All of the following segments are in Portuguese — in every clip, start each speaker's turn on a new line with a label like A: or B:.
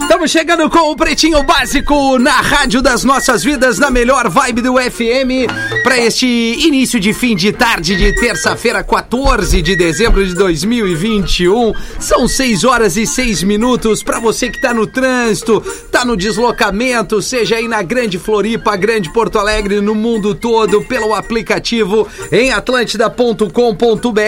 A: Estamos chegando com o Pretinho Básico na Rádio das Nossas Vidas, na melhor vibe do FM, para este início de fim de tarde de terça-feira, 14 de dezembro de 2021. São 6 horas e 6 minutos para você que tá no trânsito, tá no deslocamento, seja aí na Grande Floripa, Grande Porto Alegre, no mundo todo, pelo aplicativo em atlântida.com.br.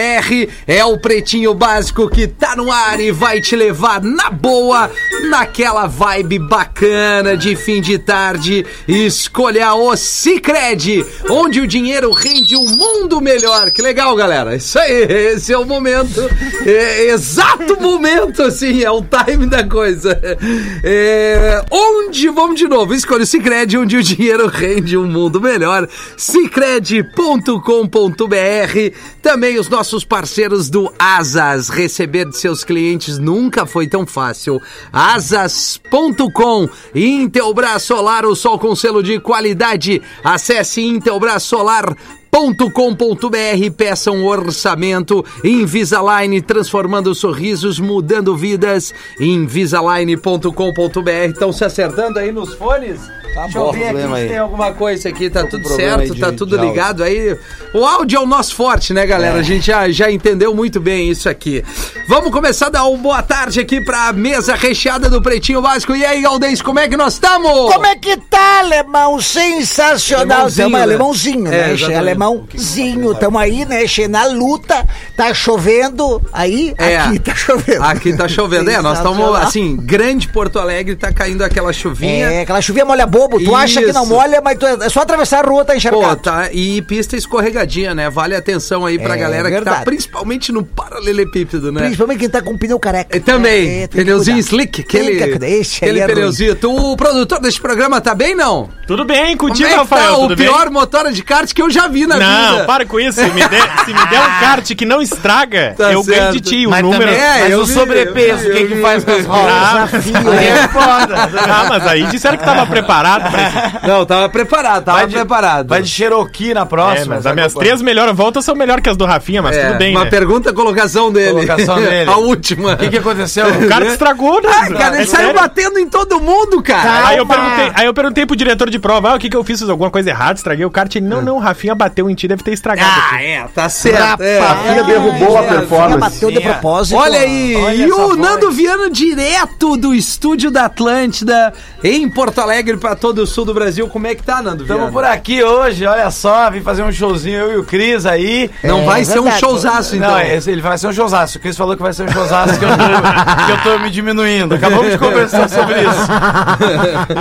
A: É o Pretinho Básico que tá no ar e vai te levar na boa, naquela aquela vibe bacana de fim de tarde, escolha o Cicred, onde o dinheiro rende um mundo melhor. Que legal, galera. Isso aí, esse é o momento, é, exato momento, assim, é o time da coisa. É, onde, vamos de novo, escolha o Cicred, onde o dinheiro rende um mundo melhor. Cicred.com.br, também os nossos parceiros do Asas, receber de seus clientes nunca foi tão fácil. Asas Intelbras.com. Intelbras Solar, o sol com selo de qualidade. Acesse Intelbras Solar. .com.br peça um orçamento Invisalign transformando sorrisos mudando vidas Invisalign.com.br estão se acertando aí nos fones
B: Tá
A: Deixa
B: bom,
A: eu ver aqui
B: problema
A: se
B: aí.
A: tem alguma coisa aqui tá
B: Tô com
A: tudo
B: problema
A: certo
B: aí de-
A: tá
B: de
A: tudo
B: áudio.
A: ligado aí o áudio é o nosso forte né
C: É.
A: galera a gente já, já entendeu muito bem isso aqui vamos começar a dar uma boa tarde aqui pra mesa recheada do Pretinho Básico e aí Galdês como é que nós estamos
C: Como é que tá, alemão? Sensacional.
A: Alemãozinho,
C: Tamo
A: né?
C: alemãozinho,
A: É,
C: né? che?
A: exatamente.
C: alemãozinho. Tamo aí, né? che? Na luta. Tá chovendo. Aí,
A: É.
C: aqui tá chovendo.
A: Aqui tá chovendo, é, nós estamos
C: Sensacional.
A: assim, grande Porto Alegre tá caindo aquela chuvinha.
C: É, aquela chuvinha molha bobo. Tu acha que não
A: Isso.
C: molha, mas tu, é só atravessar a rua, tá
A: Pô,
C: encharcado.
A: tá, e pista escorregadia, né? Vale a atenção aí pra
C: É
A: galera que tá
C: verdade.
A: principalmente no paralelepípedo, né?
C: Principalmente quem tá com pneu careca.
A: E também,
C: É, tem que
A: pneuzinho
C: cuidar.
A: slick, aquele,
C: Tem que- Esse aí
A: aquele
C: é ruim.
A: pneuzinho. Tu, o produtor desse programa tá bem, não?
D: Tudo bem,
A: Como
D: contigo,
A: é que
D: Rafael?
A: tá o
D: tudo bem?
A: pior motora de kart que eu já vi na
D: não,
A: vida?
D: para com isso. Se me der, se me der um kart que não estraga,
A: Tá
D: eu ganho de
A: certo.
D: ti. O
B: Mas
D: número.
B: também-
A: É, um
B: mas
A: eu
B: o
A: vi,
B: sobrepeso,
A: eu
B: o
A: vi,
B: que que
A: eu
B: faz
A: vi.
B: com as rodas?
D: Ah,
C: Desafio,
D: aí
C: né?
D: é foda. Ah, mas aí disseram que tava preparado pra isso.
A: Não, tava preparado, tava
B: de-
A: preparado.
B: Vai de Cherokee na
D: É,
B: próxima.
D: mas as
B: sabe
D: minhas
B: qual é?
D: três melhores voltas são melhores que as do Rafinha, mas
A: É,
D: tudo bem,
A: Uma
D: né?
A: pergunta, colocação dele.
B: Colocação dele.
A: a última.
B: O que, que aconteceu?
D: O cara que estragou, né?
A: Ah, cara, ele
D: É
A: saiu
D: sério. Tá,
A: batendo em todo mundo, cara.
D: Aí eu, perguntei, aí eu perguntei pro diretor de prova, ah, o que que eu fiz? Fiz alguma coisa errada? Estraguei o kart? Ele, não, não, o Rafinha bateu em ti, deve ter estragado.
A: Ah,
D: aqui.
A: é, tá certo. é.
C: Ah,
E: filha derrubou a
C: é,
E: performance.
C: Bateu de propósito.
A: Olha aí,
B: Olha
A: e
B: essa
A: o
B: voz.
A: Nando Viana direto do estúdio da Atlântida em Porto Alegre pra todo o sul do Brasil. Como é que tá, Nando Viana?
B: Estamos por aqui hoje, olha só, vim fazer um showzinho eu e o Cris aí.
A: Não
C: É
A: vai ser um
C: verdade.
A: showzaço, então.
B: Não, esse- ele vai ser um showzaço. O Cris falou que vai ser um showzaço que eu, tô, que eu tô me diminuindo. Acabamos de conversar sobre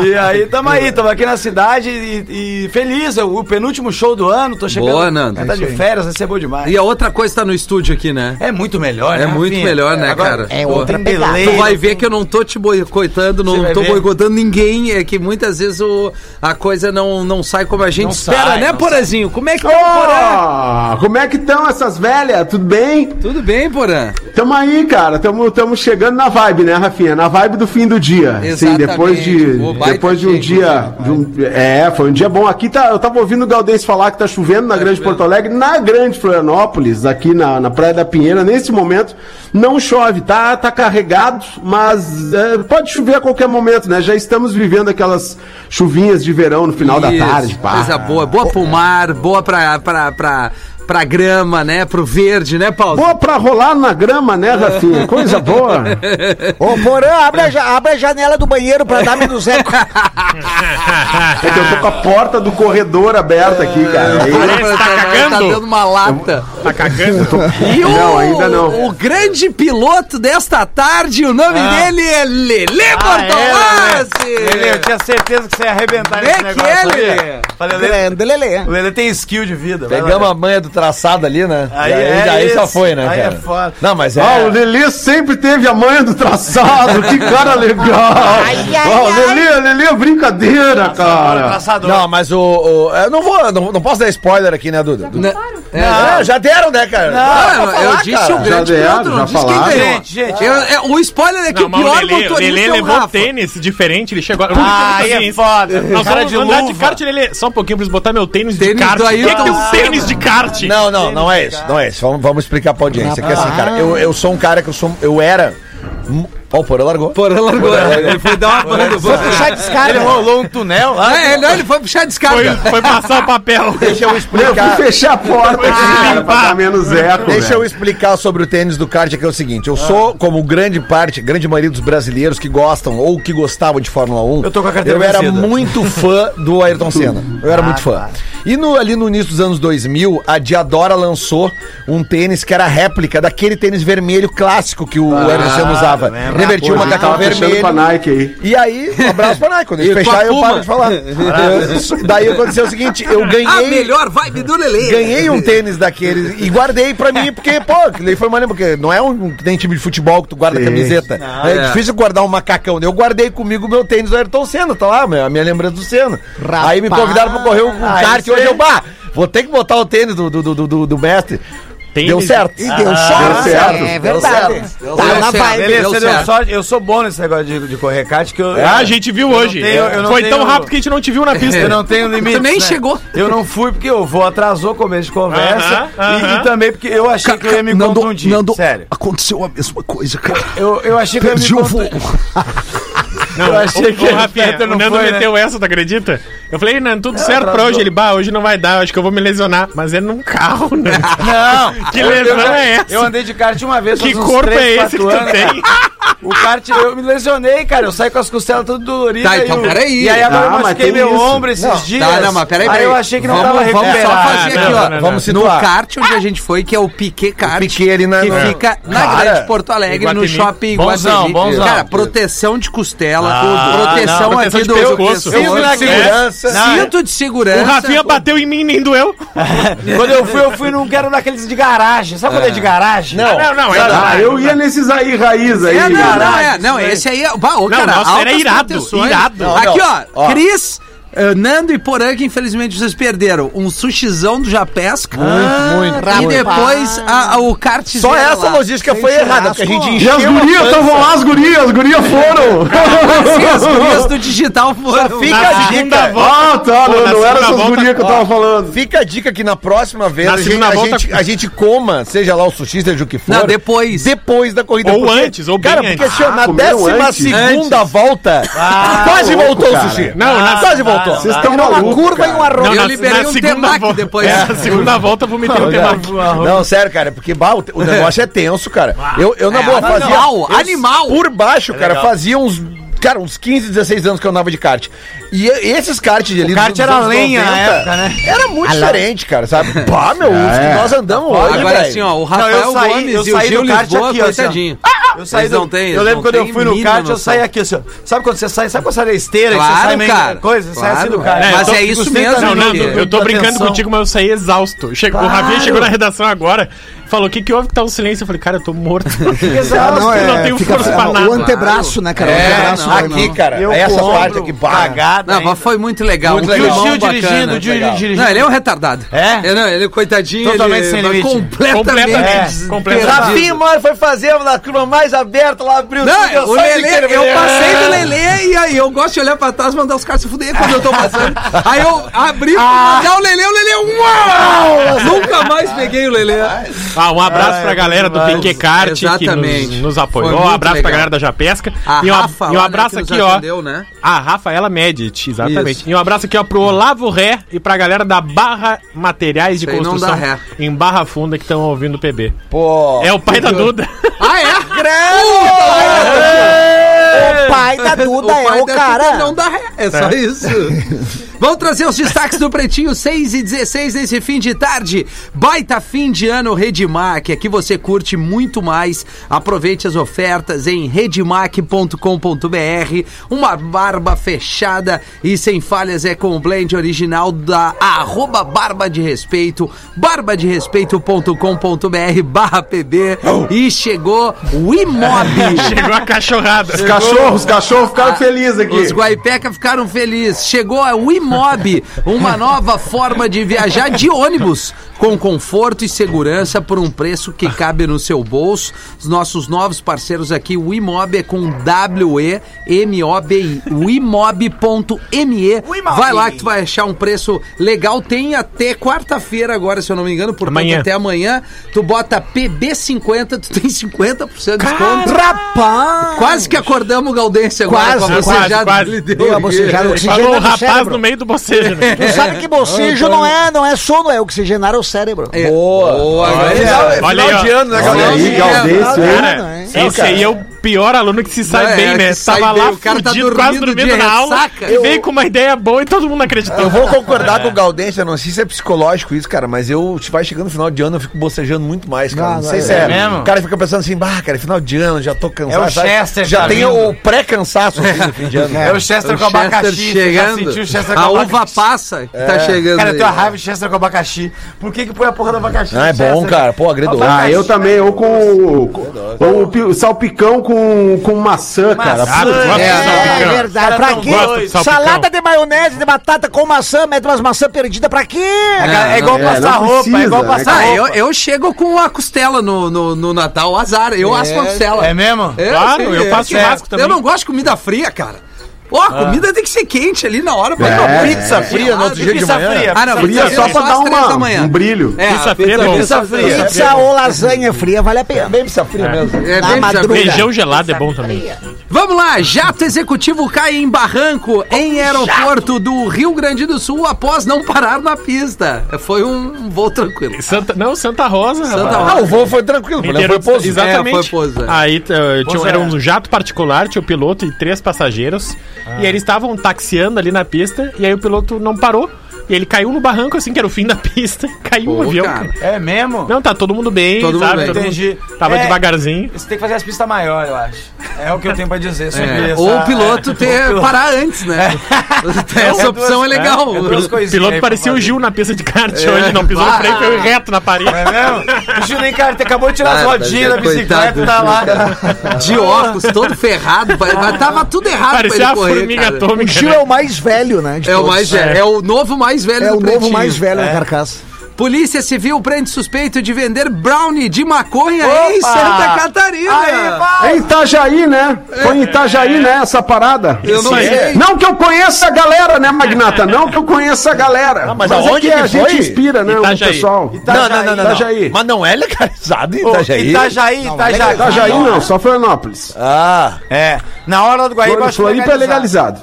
B: isso. E aí, tamo aí, tamo aqui na cidade e, e feliz. é O penúltimo show do ano, tô chegando.
A: Boa, Nando.
B: Tá de férias, vai ser bom demais.
A: E a outra coisa tá no estúdio aqui, né?
B: É muito melhor,
A: É muito melhor, né, cara?
B: É
A: Pô,
B: outra
C: tem
B: beleza.
C: pegada.
A: Tu vai ver que eu não tô te boicotando,
B: Você
A: não
B: vai
A: tô
B: ver.
A: boicotando ninguém. É que muitas vezes o, a coisa não, não sai como a gente
B: Não
A: espera,
B: sai,
A: né,
B: não
A: Porazinho? Como é que tá
E: Oh!
A: o Porã?
E: Ó, como é que estão essas velhas? Tudo bem?
A: Tudo bem, Porã?
E: Tamo aí, cara. Tamo, tamo chegando na vibe, né, Rafinha? Na vibe do fim do dia. Sim,
A: Exatamente.
E: depois de,
A: Pô, baita
E: depois de um
A: dia,
E: dia. de um- é, foi um dia bom. Aqui tá, eu tava ouvindo o Galdês falar que tá chovendo na Grande Porto Alegre, na Grande Florianópolis, aqui na, na Praia da Pinheira, nesse momento, não chove, tá, tá carregado, mas é, pode chover a qualquer momento, né? Já estamos vivendo aquelas chuvinhas de verão no final
A: Isso,
E: da tarde, pá.
A: Coisa boa, boa pro mar, boa pra, pra, pra, pra grama, né? Pro verde, né, Paulo?
E: Boa pra rolar na grama, né, Rafinha? Coisa boa.
C: Ô, Porã, abre a, ja- abre a janela do banheiro pra dar menos eco.
E: É que eu tô com a porta do corredor aberta aqui,
F: É.
E: cara. Aí-
D: Parece que tá cagando.
A: Tá dando uma lata.
D: Tá cagando.
A: E o,
E: Não, ainda não.
A: o grande piloto desta tarde, o nome dele é
B: Ah,
A: Lele Bortolassi.
B: Lele, né? eu tinha certeza que você ia arrebentar
A: Como é
B: nesse
A: que
B: negócio.
A: é,
B: sabia?
A: Lele?
B: Falei, Lele,
C: Grande Lelê.
B: o Lele tem skill de vida. vai lá,
F: Pegamos
B: Lele.
F: a manha do traçado ali, né?
B: Aí
F: E
B: é
F: aí só
B: isso.
F: foi, né,
B: Aí
F: cara?
B: é foda.
F: Não, mas é...
E: Ah, o Lelê sempre teve a manha do traçado, que cara legal! Ah, o Lelê, o Lelê é brincadeira, cara!
B: Traçador.
F: Não, mas o... o- eu não vou... Não, não posso dar spoiler aqui, né, Duda?
A: Né?
F: É, já deram, né, cara?
A: Ah, eu-
F: pra
A: eu
F: falar,
A: disse
F: cara.
A: o grande
E: Já
A: piloto,
E: deram,
A: não
E: já
A: disse quem
E: falaram.
A: ganhou.
B: Gente, gente.
A: Eu- é, o spoiler é que
D: Não,
A: o
D: mas
A: pior
D: o Lelê, o
A: motorista
D: Lelê
A: é o
D: levou
A: Rafa.
D: tênis diferente, ele chegou...
B: Ah, aí é foda.
D: Nós
B: Cara de
D: vamos andar de
B: luva.
D: kart, Lelê. Só um pouquinho pra eles botar meu tênis,
A: Tênis
D: de kart.
A: do
D: Por que que
A: Ayrton
D: tem um
A: Senna.
D: tênis de kart?
F: Não, não, não é isso. Não é isso. Vamos, vamos explicar pra audiência. Que assim, cara, eu, eu sou um cara que eu sou. Eu era. mu- Ó, o Porã largou.
A: Porã largou. Ele foi dar uma banda. Foi puxar
B: Ele rolou um tunel lá.
A: É, não, ele foi puxar a
D: Foi,
A: descarga.
D: foi passar o papel.
F: Deixa eu
E: Eu fui
F: explicar.
E: fechar a porta aqui, cara, pra dar menos eco.
F: Deixa
E: velho.
F: eu explicar sobre o tênis do kart, que é o seguinte: eu sou, como grande parte, grande maioria dos brasileiros que gostam ou que gostavam de Fórmula 1,
B: Eu tô com a carteira
F: eu era
B: vencida.
F: muito fã do Ayrton Senna. Eu era muito fã. E no- ali no início dos anos 2000, a Diadora lançou um tênis que era réplica daquele tênis vermelho clássico que o Ayrton Senna usava.
B: lembra?
F: Revertia o
E: Pô, a gente
F: macacão
E: tava fechando
F: vermelho.
E: pra Nike aí.
F: E aí, um abraço pra Nike. Quando
A: E
F: ele
A: com a
F: fechar, eu
A: Puma.
F: paro de falar. Eu- Daí aconteceu o seguinte: eu
A: A
F: ganhei.
A: melhor vibe do Lelê.
F: Ganhei um tênis daqueles e guardei pra mim, porque, pô, ele foi uma porque não é um que tem time de futebol que tu guarda a camiseta. é,
A: é.
F: difícil guardar um macacão. Eu guardei comigo o meu tênis do Ayrton Senna, tá lá, meu- a minha lembrança do Senna. Aí me convidaram pra correr o um
G: Ah,
F: kart e hoje
G: é-
F: eu, bah, vou ter que botar o tênis do, do, do, do, do mestre.
D: Tênis-
F: Deu certo. Ah.
C: E deu certo.
E: certo.
C: É
F: Deu
C: verdade.
F: certo.
C: Tá na
A: certo.
C: vibe.
B: Beleza,
A: Deu
B: você deu
A: certo.
B: sorte. Eu sou bom nesse negócio de, de correr kart que eu.
D: Ah, a
B: eu-
D: gente viu
B: não
D: hoje.
B: tenho- eu não
D: Foi tão
B: tenho-
D: rápido que a gente não te viu na pista.
B: Eu não tenho limite.
A: Tu nem chegou.
B: Eu não fui porque eu vou, atrasou o começo de conversa.
D: Aham,
B: e- e,
D: aham.
B: também porque eu achei que eu ia me
H: Nando,
B: contundir.
H: Nando,
B: sério.
H: aconteceu a mesma coisa, cara.
B: Eu, eu achei que eu ia me
H: Perdi o voo.
B: contundir. Eu achei
D: Ô,
B: que
D: Rafinha,
B: Peter
D: o Nando
B: foi, né?
D: meteu essa, tu acredita? Eu falei, Nando, tudo certo pra
B: atrasou.
D: hoje. Ele, bah, hoje não vai dar, eu acho que eu vou me lesionar. Mas é num carro, né?
B: Não!
D: Que
B: Eu- eu
D: lesão
B: já-
D: é essa?
B: Eu andei de kart uma vez,
D: que
B: faz uns
D: corpo é
B: três,
D: esse que
B: quatro
D: tu
B: anos.
D: tem?
B: O kart, eu me lesionei, cara. Eu saí com as costelas tudo doloridas.
A: Tá, então
B: e o-
A: peraí.
B: E aí agora
E: Ah,
B: eu
E: mas
B: machuquei
E: tem
B: meu
E: isso.
B: ombro esses dias.
A: Tá, não, mas peraí,
B: Aí
A: peraí.
B: eu achei que não
A: Vamos-
B: tava
A: vamos só
B: recuperado.
A: fazer
B: Não,
A: aqui, ó.
B: não, não.
F: Vamos
A: No
F: situar.
A: kart onde a gente foi, que é o Piquet Kart.
F: O Piquet ali na-
A: que
F: na-
A: fica na
F: Cara,
A: Grande Porto Alegre, no
D: Iguatemi.
A: shopping
B: Bonzão,
A: Iguatemi.
B: bonzão.
A: Cara, proteção de costela,
B: Ah,
A: proteção,
D: não,
A: aqui
D: proteção de
A: do...
D: pescoço.
A: proteção-
B: Cinto na
F: Segurança.
B: é-
A: Cinto de segurança.
D: é- O Rafinha bateu em mim, nem doeu.
B: Quando eu fui, eu fui num que era daqueles de garagem. Sabe quando é de garagem?
F: Ah. Não.
D: Não, não, é
E: Ah, eu ia nesses aí, raiz aí.
A: É, não, não, é,
B: Caralho,
A: não, esse aí é. Bah, ô,
D: Não,
A: cara,
D: nossa,
A: altas
D: era irado,
A: proteções.
D: irado. Não,
A: Aqui,
F: não,
A: ó,
F: ó.
A: Cris. eh, Nando e Porã, que infelizmente vocês perderam. Um sushizão do Japesca.
F: muito,
A: E
F: muito.
A: depois a- a- o kart
F: Só essa logística foi errada, porque a gente
E: E as
F: encheu. a
E: gurias
F: pança.
E: estavam lá, as gurias, as gurias foram.
A: As gurias do digital foram.
F: fica
D: Na
F: a dica.
D: segunda volta.
E: Ah, tá,
D: Pô,
E: não,
D: na
E: não era
D: segunda
E: essas
D: volta-
E: gurias que eu tava falando.
F: Fica a dica que na próxima vez
D: Na
F: a, gente,
D: segunda
F: a,
D: volta-
F: gente, a gente coma, seja lá o sushi, seja o que for.
A: Não, depois.
F: Depois da corrida.
D: Ou
F: porque-
D: antes, ou bem
F: Cara,
D: antes.
F: porque assim, ó, na
E: Ah, comeram
F: décima
E: antes.
F: segunda volta,
A: Ah,
F: quase
E: louco,
F: voltou
E: cara.
F: o sushi.
D: Não, na-
F: quase voltou.
E: Vocês estão
C: Era uma
E: malucos,
C: curva e um arroz.
A: eu liberei um temaki
D: volta,
A: depois.
D: É, na segunda volta eu vomitei um temaki.
F: Não, sério, cara, porque bah, o, te- o negócio é tenso, cara. Eu, eu na
A: É,
F: boa,
A: animal,
F: fazia. eu-
A: animal.
F: Por baixo, cara, fazia uns. Cara, uns 15, 16 anos que eu andava de kart. E e- esses kart ali. O
B: kart era lenha na época, né?
F: Era muito diferente, cara, sabe? Pá, meu, os que nós andamos hoje.
A: É. Agora
F: velho.
A: assim, ó, o
B: Não,
A: Rafael
B: eu saí- eu
A: Gomes e o
B: saí
A: Gil
B: do kart
A: Lisboa,
B: aqui, ó, assim, ó.
A: coitadinho.
B: Eu saí
A: Eles
B: do,
A: não têm,
B: Eu
A: eles não
B: lembro quando eu
A: têm
B: fui no
A: mínima
B: kart, eu
A: noção.
B: saí aqui assim. ó. Sabe quando você sai, sabe quando você sai da esteira, que você sai
A: Claro,
B: meio
A: cara.
B: coisa, você sai assim do kart.
A: Claro.
D: É,
A: Mas
D: eu tô-
A: é isso
B: gostei
A: mesmo,
B: também,
D: Não,
A: né,
D: Nando,
B: Lelê?
A: Lelê?
D: eu tô brincando
B: Atenção.
D: contigo, mas eu saí exausto. Chegou, O Rafinha chegou na redação agora, falou: o que, que houve que tá um silêncio? Eu falei, cara, eu tô morto.
B: Exausto.
D: não, é,
C: um
B: um
D: fica- é, o
C: O antebraço, né, cara?
A: É,
C: o antebraço
A: não,
C: vai
F: Aqui,
C: mal.
F: cara,
B: Eu
F: essa
B: com o
F: parte
B: ombro
F: aqui, pá.
B: cagado
A: Não,
B: ainda.
A: mas foi muito legal.
F: Muito
A: um
B: E o
F: legal.
A: climão
B: Gil
A: bacana.
B: dirigindo, o Gil
F: Legal.
B: dirigindo.
A: Não, ele é um retardado.
B: É?
A: É, não, ele é coitadinho.
B: Totalmente
A: ele,
B: sem
A: mas
B: limite.
A: Completamente.
D: Completamente,
A: É,
D: completamente.
A: perdido.
F: Rafinha mano, foi fazer na curva mais aberta lá, abriu
A: Não, o
F: só de
A: Lelê,
F: intervenção.
A: eu passei do Lelê e aí eu gosto de olhar pra trás e mandar os caras se fuder quando eu tô passando. Aí eu abri pra mandar o Lelê, o Lelê, uau! Nunca mais peguei o Lelê.
D: Ah, um abraço pra galera do
B: demais.
D: Piquet Kart que
A: É, Exatamente.
D: nos, nos
A: Foi
D: apoiou. Um
A: muito
D: abraço pra
A: legal.
D: galera da Japesca.
A: A
D: e um,
A: Rafa
D: e um
A: lá, né,
D: abraço
A: que nos
D: aqui, ó.
A: atendeu, né?
D: A Rafaela Medit, exatamente.
A: Isso.
D: E um abraço aqui, ó, pro Olavo Ré e pra galera da Barra Materiais de
A: Isso aí não
D: Construção
A: dá ré.
D: em Barra Funda que estão ouvindo o PB.
F: Pô.
D: É o pai da Duda.
A: Ah, é?
C: O pai da Duda
A: o pai
C: é o
A: da
C: cara.
A: Duda não dá ré, é só isso. Vamos trazer os destaques do Pretinho 6 e 16 nesse fim de tarde. Baita fim de ano Redmac, aqui você curte muito mais. Aproveite as ofertas em redmac.com.br. Uma barba fechada e sem falhas é com o blend original da arroba barba de respeito, barbaderespeito.com.br barra pb e chegou o Imob.
D: Chegou a cachorrada.
E: Os cachorros, os cachorros ficaram felizes aqui.
A: Os Guaipeca ficaram felizes. Chegou a Wimob Limob, uma nova forma de viajar de ônibus, com conforto e segurança por um preço que cabe no seu bolso. Os nossos novos parceiros aqui, o Imob é com W-E-M-O-B-I, o imob.me. Vai lá que tu vai achar um preço legal. Tem até quarta-feira agora, se eu não me engano, portanto
D: Amanhã.
A: até amanhã. Tu bota PB50, tu tem 50% de desconto.
C: Rapaz!
A: Quase que acordamos o Galdense agora.
C: Quase,
A: com a
D: quase,
A: bocejada
D: quase.
A: que ele deu
C: Deu a
A: aqui.
C: bocejada,
D: Falou
A: é
C: oxigênio
D: o
C: do
D: rapaz
C: cérebro.
D: no meio do bocejo. né?
C: Tu sabe que bocejo não é, não é sono, é oxigenar o cérebro.
A: É.
F: Boa.
A: Boa,
F: Final-
A: galera.
D: Olha aí, ó.
F: final de ano, né,
E: Olha
F: Gabriel?
E: aí,
A: É,
E: Galdêncio, hein?
D: Cara,
C: Não,
D: esse aí é o pior aluno que se sai
A: Não, é,
D: bem,
A: que
D: né?
A: sai
D: Tava
A: bem,
D: lá
A: o cara tá
D: fudido, quase
A: dormindo de
D: dormindo na aula,
A: ressaca.
D: veio com uma ideia boa e todo mundo acreditou.
F: Eu vou concordar com o Gaudense, eu não sei se é psicológico isso, cara, mas eu, se vai chegando no final de ano, eu fico bocejando muito mais, cara. Não,
C: Não,
F: sei
C: não,
F: se
B: é
F: é.
B: mesmo?
F: O cara fica pensando assim, bah, cara, é final de ano, já tô cansado.
B: É o
F: sabe?
B: Chester que
F: Já
B: tá
F: tem
B: vindo.
F: o pré-cansaço assim, no fim de ano.
B: É o Chester
A: O
B: com abacaxi.
A: Chester
B: você já
A: chegando.
B: sentiu o Chester com
A: a
B: abacaxi? É.
A: uva passa que tá chegando.
B: Cara, eu
A: aí.
B: tenho a raiva de Chester com abacaxi. Por que que põe a porra do abacaxi?
F: Ah, é
B: no
F: bom,
B: Chester?
F: cara. Pô, agredoso.
E: Ah, eu também, ou com, com, ou o pi- o salpicão com, com maçã, cara.
B: Maçã,
E: Puta,
B: é,
C: É,
D: salpicão.
C: verdade. Pra
B: Cara,
C: quê?
B: não gosto
D: de
C: Salada
D: salpicão.
C: de maionese, de batata com maçã, mete umas maçã perdida pra quê?
B: É, cara, é igual
E: É,
B: passar
E: não
B: roupa, é igual
E: precisa,
B: passar
A: Ah, eu,
B: roupa.
A: eu chego com a costela no, no, no Natal, azar. Eu asso uma costela.
B: É mesmo?
A: É,
D: Claro, eu faço
A: porque
D: churrasco também.
A: Eu não gosto de comida fria, cara. Pô, a comida tem que ser quente ali na hora. pra
E: É,
A: comer.
E: pizza
B: Ah. fria no outro
A: Ah,
B: dia de
A: pizza
B: manhã.
A: fria. Ah, não,
E: Fria
A: pizza
E: só
A: fria
E: pra dar
A: às três
E: uma-
A: da manhã.
E: um brilho.
A: É,
D: Pizza fria é bom.
A: Pizza fria.
C: Pizza ou lasanha fria, vale a pena.
F: Bem pizza fria mesmo.
A: É,
C: Na
A: bem
C: madruga.
A: pizza fria.
D: Feijão gelado é bom também.
A: Vamos lá, jato executivo cai em barranco em aeroporto do Rio Grande do Sul após não parar na pista. Foi um voo tranquilo.
D: Santa, não, Santa Rosa.
A: Santa
B: é
D: rapaz.
F: Ah, o voo foi tranquilo,
D: Me
F: né? foi
D: deram-
F: pouso.
D: Exatamente.
A: É, foi pouso, é.
D: Aí t- eh, tinha,
B: Pouso,
D: era
B: é.
D: um jato particular, tinha o piloto e três passageiros. E eles estavam taxiando ali na pista, e aí o piloto não parou. E ele caiu no barranco, assim, que era o fim da pista. Caiu o
A: Pô,
D: avião.
A: cara.
D: cara.
B: É mesmo?
D: Não, tá todo mundo bem,
A: Todo mundo
D: sabe?
A: bem.
D: Todo mundo-
B: Entendi.
D: Tava
B: É.
D: devagarzinho.
B: Você tem que fazer as pistas maiores, eu acho. É o que eu tenho pra dizer sobre
A: É,
B: isso.
A: Ou
B: Ah,
A: o piloto
B: é.
A: ter
B: Ou o
A: parar antes, né? Essa
B: É,
A: opção é
B: duas-
A: legal.
B: é, é duas
D: O
B: coisinhas
D: piloto
B: aí pra
D: parecia o
B: fazer.
D: Gil na pista de kart
A: É.
D: hoje, não pisou
A: Bah.
D: no freio, foi reto na parede.
B: É mesmo? O Juninho, cara, ele acabou de tirar as
A: Ah,
B: rodinhas da
A: mas é
B: bicicleta e tá lá.
A: De óculos, todo ferrado, mas mas tava tudo errado
D: Parecia
A: pra
D: a
A: ele correr,
D: formiga
A: cara.
C: O
D: atômica.
C: Gil
D: né?
C: é o mais velho, né? de
A: É o
C: todos.
A: mais velho, é o novo mais velho
C: É
A: do
C: o novo
A: Pretinho.
C: mais velho na carcaça.
A: Polícia Civil prende suspeito de vender brownie de maconha em
B: Opa!
A: Santa Catarina.
B: Aí, vai!
E: É Itajaí, né? Foi em Itajaí, né? Essa parada.
A: Eu não
D: Isso aí.
A: sei.
E: Não que eu conheça a galera, né, Magnata? Não que eu conheça a galera.
D: Ah,
F: mas
E: é
F: aonde
E: que a
F: que foi?
E: gente inspira, né,
D: Itajaí.
E: o pessoal.
F: Não, não, não, não, não.
E: Itajaí.
F: Mas não é legalizado em
B: Ô,
F: Itajaí.
B: Itajaí, Itajaí.
F: Tá
E: Itajaí Tá, não, só Florianópolis.
F: Ah,
B: É, na Orla do Guaíba eu
E: Flor-
B: acho
E: Floripa é legalizado.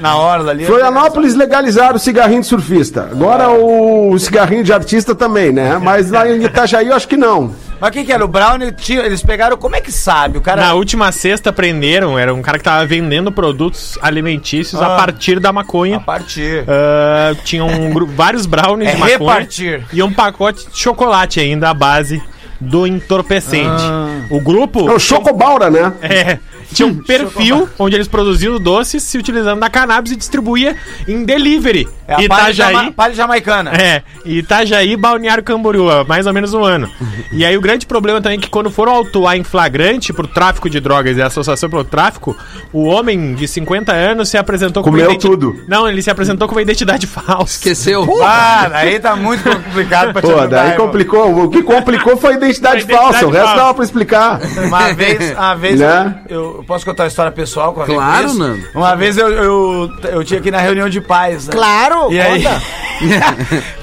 B: Na Orla ali. é
E: Florianópolis legalizaram o cigarrinho de surfista. Agora o cigarrinho de artista também, né? Mas lá em Itajaí eu acho que não.
B: legalizado. Mas quem que era? O Brown, e o Tio, eles pegaram, como é que sabe? O cara...
D: Na última sexta prenderam, era um cara que tava vendendo produtos alimentícios a partir da maconha.
B: A partir.
D: Ah, tinha um gru- vários brownies
B: É
D: de maconha
B: repartir.
D: e um pacote de chocolate ainda à base do entorpecente.
B: Ah.
D: O grupo
E: É o Chocobaura, né?
D: é, tinha um perfil onde eles produziam doces se utilizando da cannabis e distribuía em delivery.
B: É a palha, jama,
D: Itajaí.
B: palha jamaicana.
D: É, Itajaí, Balneário Camboriú, há mais ou menos um ano. E aí o grande problema também é que quando foram autuar em flagrante por tráfico de drogas e associação pelo tráfico, o homem de 50 anos se apresentou
E: Comeu
D: identi-
E: tudo.
D: Não, ele se apresentou com uma identidade falsa.
A: Esqueceu.
B: Ah, aí tá muito complicado pra te
E: Pô,
B: ajudar,
E: daí
B: irmão.
E: complicou. O que complicou foi a identidade,
D: Foi a identidade
E: falsa. O resto
D: falsa.
E: dava pra explicar.
B: Uma vez, uma vez
E: Né?
B: eu, eu posso contar uma história pessoal com a
A: Claro,
B: Rebeca?
A: Nando.
B: Uma vez eu, eu, eu tinha aqui na reunião de paz. né?
C: Claro,
B: E aí,
C: conta.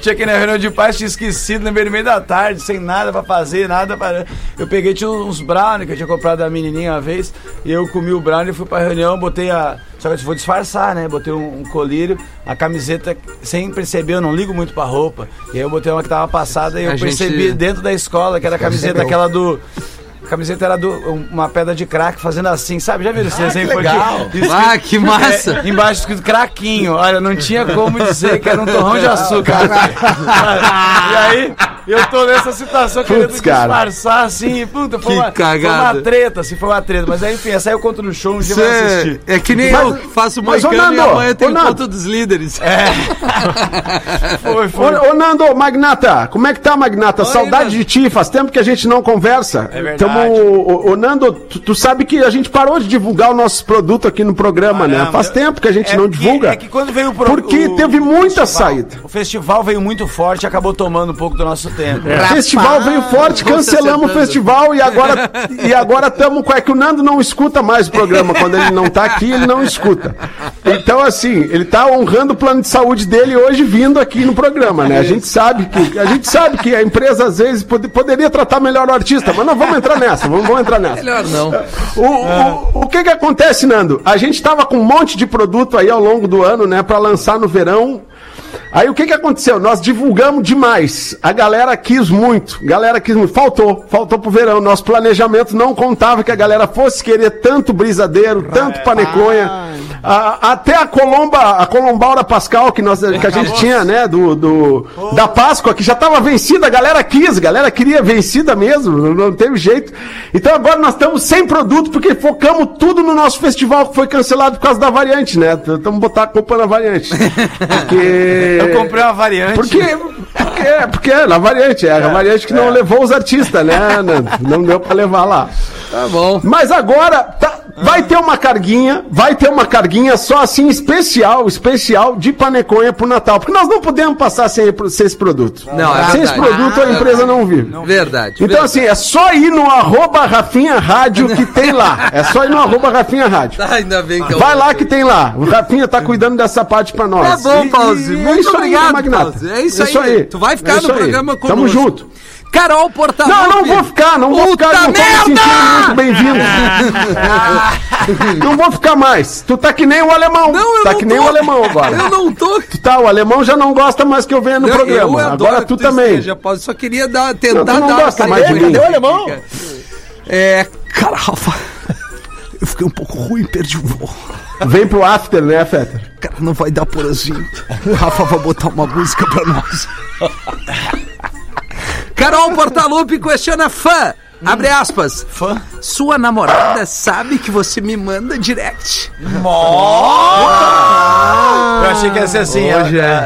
B: tinha que ir na reunião de paz, tinha esquecido, lembrei no meio da tarde, sem nada pra fazer, nada pra. Eu peguei, tinha uns brownie que eu tinha comprado da menininha uma vez, e eu comi o brownie, fui pra reunião, botei a. Só que eu vou disfarçar, né? Botei um, um colírio, a camiseta, sem perceber, eu não ligo muito pra roupa. E aí eu botei uma que tava passada e eu
A: A gente-
B: percebi dentro da escola que era a camiseta aquela do. A camiseta era do, um- uma pedra de crack fazendo assim, sabe? Já viram esse desenho infantil?
F: legal.
B: Escrito-
A: Ah, que massa.
B: é, embaixo escrito craquinho. Olha, não tinha como dizer que era um torrão de açúcar. e aí, Eu tô nessa situação
E: Putz,
B: querendo
E: cara.
B: disfarçar, assim, puta, foi,
A: Que
B: uma, foi
A: cagada.
B: uma treta, assim, foi uma treta. Mas aí, enfim, essa aí eu conto no show, um dia vai
A: Cê,
B: assistir.
A: é que nem
E: Mas-
A: eu faço
E: mas, ô,
A: moicano e
E: Nando,
A: amanhã tem
E: ô,
A: o
E: Nando.
A: conto dos líderes.
B: Foi, foi.
E: Ô, ô, Nando, Magnata, como é que tá, Magnata? Saudade
A: Nando.
E: de ti, faz tempo que a gente não conversa.
B: É verdade.
E: Tamo- ô, ô, Nando, tu, tu sabe que a gente parou de divulgar os nossos produtos aqui no programa, né?
B: Caramba,
E: Faz
B: eu-
E: tempo que a gente
B: é
E: não
B: que-
E: divulga.
B: é que quando veio o pro-
E: Porque
B: o-
E: teve
B: o
E: muita
B: festival,
E: saída.
B: O festival veio muito forte e acabou tomando um pouco do nosso tempo.
E: O festival veio forte, cancelamos o festival e agora e agora estamos com é que o Nando não escuta mais o programa quando ele não tá aqui, ele não escuta. Então assim, ele tá honrando o plano de saúde dele hoje vindo aqui no programa, né? A gente sabe que a gente sabe que a empresa às vezes pod- poderia tratar melhor o artista, mas não vamos entrar nessa, vamos, vamos entrar nessa.
A: Melhor não.
E: O, o, o que que acontece, Nando? A gente tava com um monte de produto aí ao longo do ano, né, Pra lançar no verão. Aí o que que aconteceu? Nós divulgamos demais. A galera quis muito. Galera quis muito. Faltou, faltou pro verão. Nosso planejamento não contava que a galera fosse querer tanto brisadeiro, tanto paneconha. A- até a Colomba, a Colombaura Pascal que nós que a gente tinha, né, do, do da Páscoa que já tava vencida, a galera quis, a galera queria vencida mesmo, não- não teve jeito. Então agora nós estamos sem produto porque focamos tudo no nosso festival que foi cancelado por causa da variante, né? Estamos botar a culpa na variante. Porque
B: Eu comprei uma variante.
E: porque, porque, é, porque é, na variante, é, a variante que não levou os artistas, né, Nando? Não deu pra levar lá.
A: Tá bom.
E: Mas agora tá- vai ter uma carguinha, vai ter uma carguinha só assim especial, especial de paneconha pro Natal, porque nós não podemos passar sem, sem esse produto.
A: Não, é
E: sem esse
A: verdade.
E: produto a empresa não vive.
A: Verdade.
E: Então
A: verdade.
E: assim, é só ir no arroba Rafinha Rádio que tem lá. É só ir no arroba Rafinha Rádio.
A: Tá, ainda bem que eu.
E: Vai lá que tem lá. O Rafinha tá cuidando dessa parte pra nós.
A: Tá bom,
E: E-
A: Pause.
E: e- e é
A: Muito
E: isso aí, né,
A: obrigado,
E: Magnata?
A: Pause. É isso, aí. Tu vai ficar
E: É
A: no
E: isso aí.
A: programa conosco.
E: Tamo junto.
A: Carol Portavoz.
E: Não, não vou ficar, não vou
A: Puta
E: ficar, não tô me sentindo
A: merda!
E: muito bem-vindo. não vou ficar mais. Tu tá que nem o alemão.
A: Não, eu
E: tá
A: não
E: que
A: tô.
E: nem o alemão agora.
A: Eu não tô.
E: Tu tá, o alemão já não gosta mais que eu venha no
A: Não,
E: programa.
A: adoro
E: Agora
A: que
E: tu, também.
A: esteja, Tá, Pause. Só queria dar, tentar
E: Não, tu não
A: dar
E: gosta
A: carinha
E: mais de mim.
A: pra
F: Cadê o alemão?
A: É, cara,
H: Rafa, eu fiquei um pouco ruim, perdi o voo.
E: Vem pro after, né, Feta?
H: Cara, não vai dar
A: assim.
H: porazinho. O Rafa vai botar uma música pra nós.
A: Carol Portalupe questiona fã. Abre
D: Hum.
A: aspas. Fã? Sua namorada sabe que você me manda direct.
B: Eu achei que ia ser assim. é,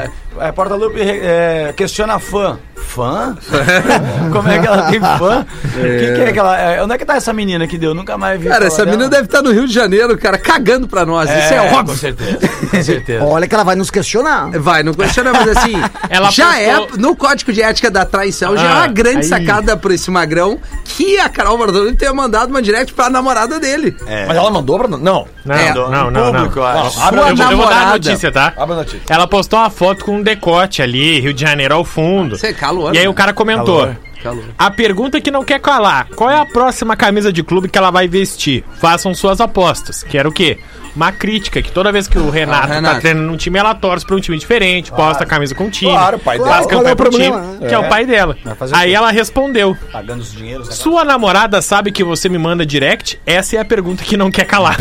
B: é, é, Porta Lupe é, questiona fã. Fã? Como é que ela tem fã? O que, que é que ela. é, onde é que tá essa menina que deu? Eu Nunca mais vi.
A: Cara,
B: falar
A: essa menina
B: dela.
A: deve estar no Rio de Janeiro, cara, cagando pra nós. Isso é
B: Com
A: óbvio.
B: certeza. Com certeza.
C: Olha que ela vai nos questionar.
A: Vai, não questiona, mas assim,
D: Ela
A: já
D: postou-
A: é, no Código de Ética da Traição, já é
D: Ah,
A: uma grande
D: aí.
A: sacada pra esse magrão que a Carol Bardolini tenha mandado uma direct pra namorada dele.
D: É.
F: Mas ela mandou pra. Não.
D: Não,
A: É,
D: não, não, não.
B: Público, eu acho.
D: Eu vou- eu, vou, eu vou dar a
A: namorada.
D: notícia, tá?
F: Abre a notícia.
D: Ela postou uma foto com um decote ali, Rio de Janeiro ao fundo.
A: Você é calor,
D: E aí
A: né?
D: o cara comentou.
B: Calor,
A: calor.
D: A pergunta que não quer calar: qual é a próxima camisa de clube que ela vai vestir? Façam suas apostas. Que era o quê? Uma crítica, que toda vez que o Renato,
A: Renato.
D: tá treinando num time, ela torce pra um time diferente, posta a camisa com um time.
F: Claro, o pai
D: faz
F: dela.
D: campanha
C: Qual é o
D: pro
C: problema,
D: time,
C: né?
D: que é o pai dela.
B: fazer o
D: Aí
B: quê?
D: ela respondeu:
B: Pagando os dinheiros. né?
D: Sua namorada sabe que você me manda direct? Essa é a pergunta que não quer calar.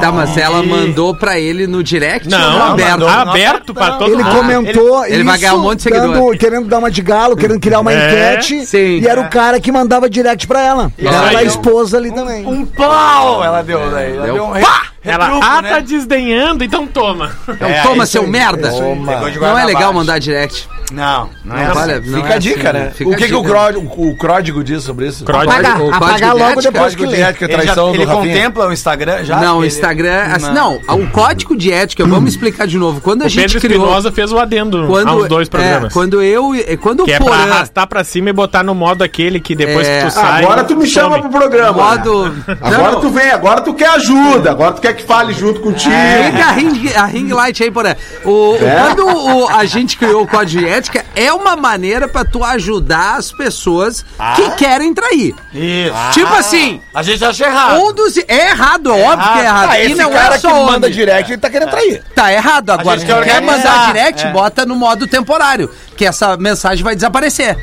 A: Tá, mas ela mandou pra ele no direct ou no
D: Não,
A: aberto?
D: aberto, aberto para todo
C: Ele
D: mundo.
C: comentou
A: Ah, ele- ele vai ganhar um monte de
C: dando-
A: seguidor.
C: querendo dar uma de galo, querendo criar uma
D: É,
C: enquete.
A: sim.
C: E era o cara que mandava direct pra ela.
D: aí
C: Ela era a
D: eu-
C: esposa ali também.
B: Um pau! Ela deu, daí. Ela
A: deu
B: deu, um re-
A: É
D: Ela
B: retruco,
D: ah,
B: né?
D: tá desdenhando, então toma.
A: Então toma,
C: isso
A: seu
C: aí,
A: merda.
C: isso aí. Toma.
B: Pegou de
A: Não é
B: guarda
A: legal
B: abaixo.
A: mandar direct.
B: Não, não, é
A: Não vale-
B: assim.
A: não
F: Fica
A: é
F: a dica,
A: assim,
F: né?
A: fica
F: o que,
A: a
F: que o,
A: dica.
F: Cródigo, o Cródigo diz sobre isso?
D: Cródigo.
A: Apaga-
C: Apagar,
A: o código
C: apagar
A: de
C: logo
A: ética?
C: depois que
F: Código de
C: lê.
F: ética,
B: Ele, já,
F: traição
B: ele
F: do Rafinha.
B: contempla o Instagram é já?
A: Não, o
B: Ele-
A: Instagram. assim, não, o código de ética, vamos explicar de novo. Quando a
D: O
A: gente
D: Pedro
A: criou.
D: Espinosa fez o adendo
A: quando,
D: aos dois
A: é,
D: programas.
A: quando eu. e- Quando
D: Que
A: o
D: é pra
A: Porã.
D: arrastar pra cima e botar no modo aquele que depois
A: É,
D: que tu sai.
E: Agora tu me
D: some.
E: chama pro programa.
A: modo.
E: Agora
A: Não,
E: tu vem, agora tu quer ajuda, agora tu quer que fale junto contigo.
A: Liga a ring, a ring light aí, Porã. O, o-
E: É?
A: Quando o- a gente criou o código de ética, é uma maneira pra tu ajudar as pessoas que querem trair.
B: Isso.
A: Tipo assim,
B: A gente acha errado. tá,
A: um dos. É errado, é óbvio que é errado.
F: Ah, esse
A: e não
F: cara
A: é só
F: que
A: homem.
F: manda direct,
B: então
F: ele tá querendo trair.
A: Tá errado. Agora,
B: gente
A: se
B: quer
A: quer
B: organizar,
A: mandar direct,
B: é.
A: bota no modo temporário, que essa mensagem vai desaparecer.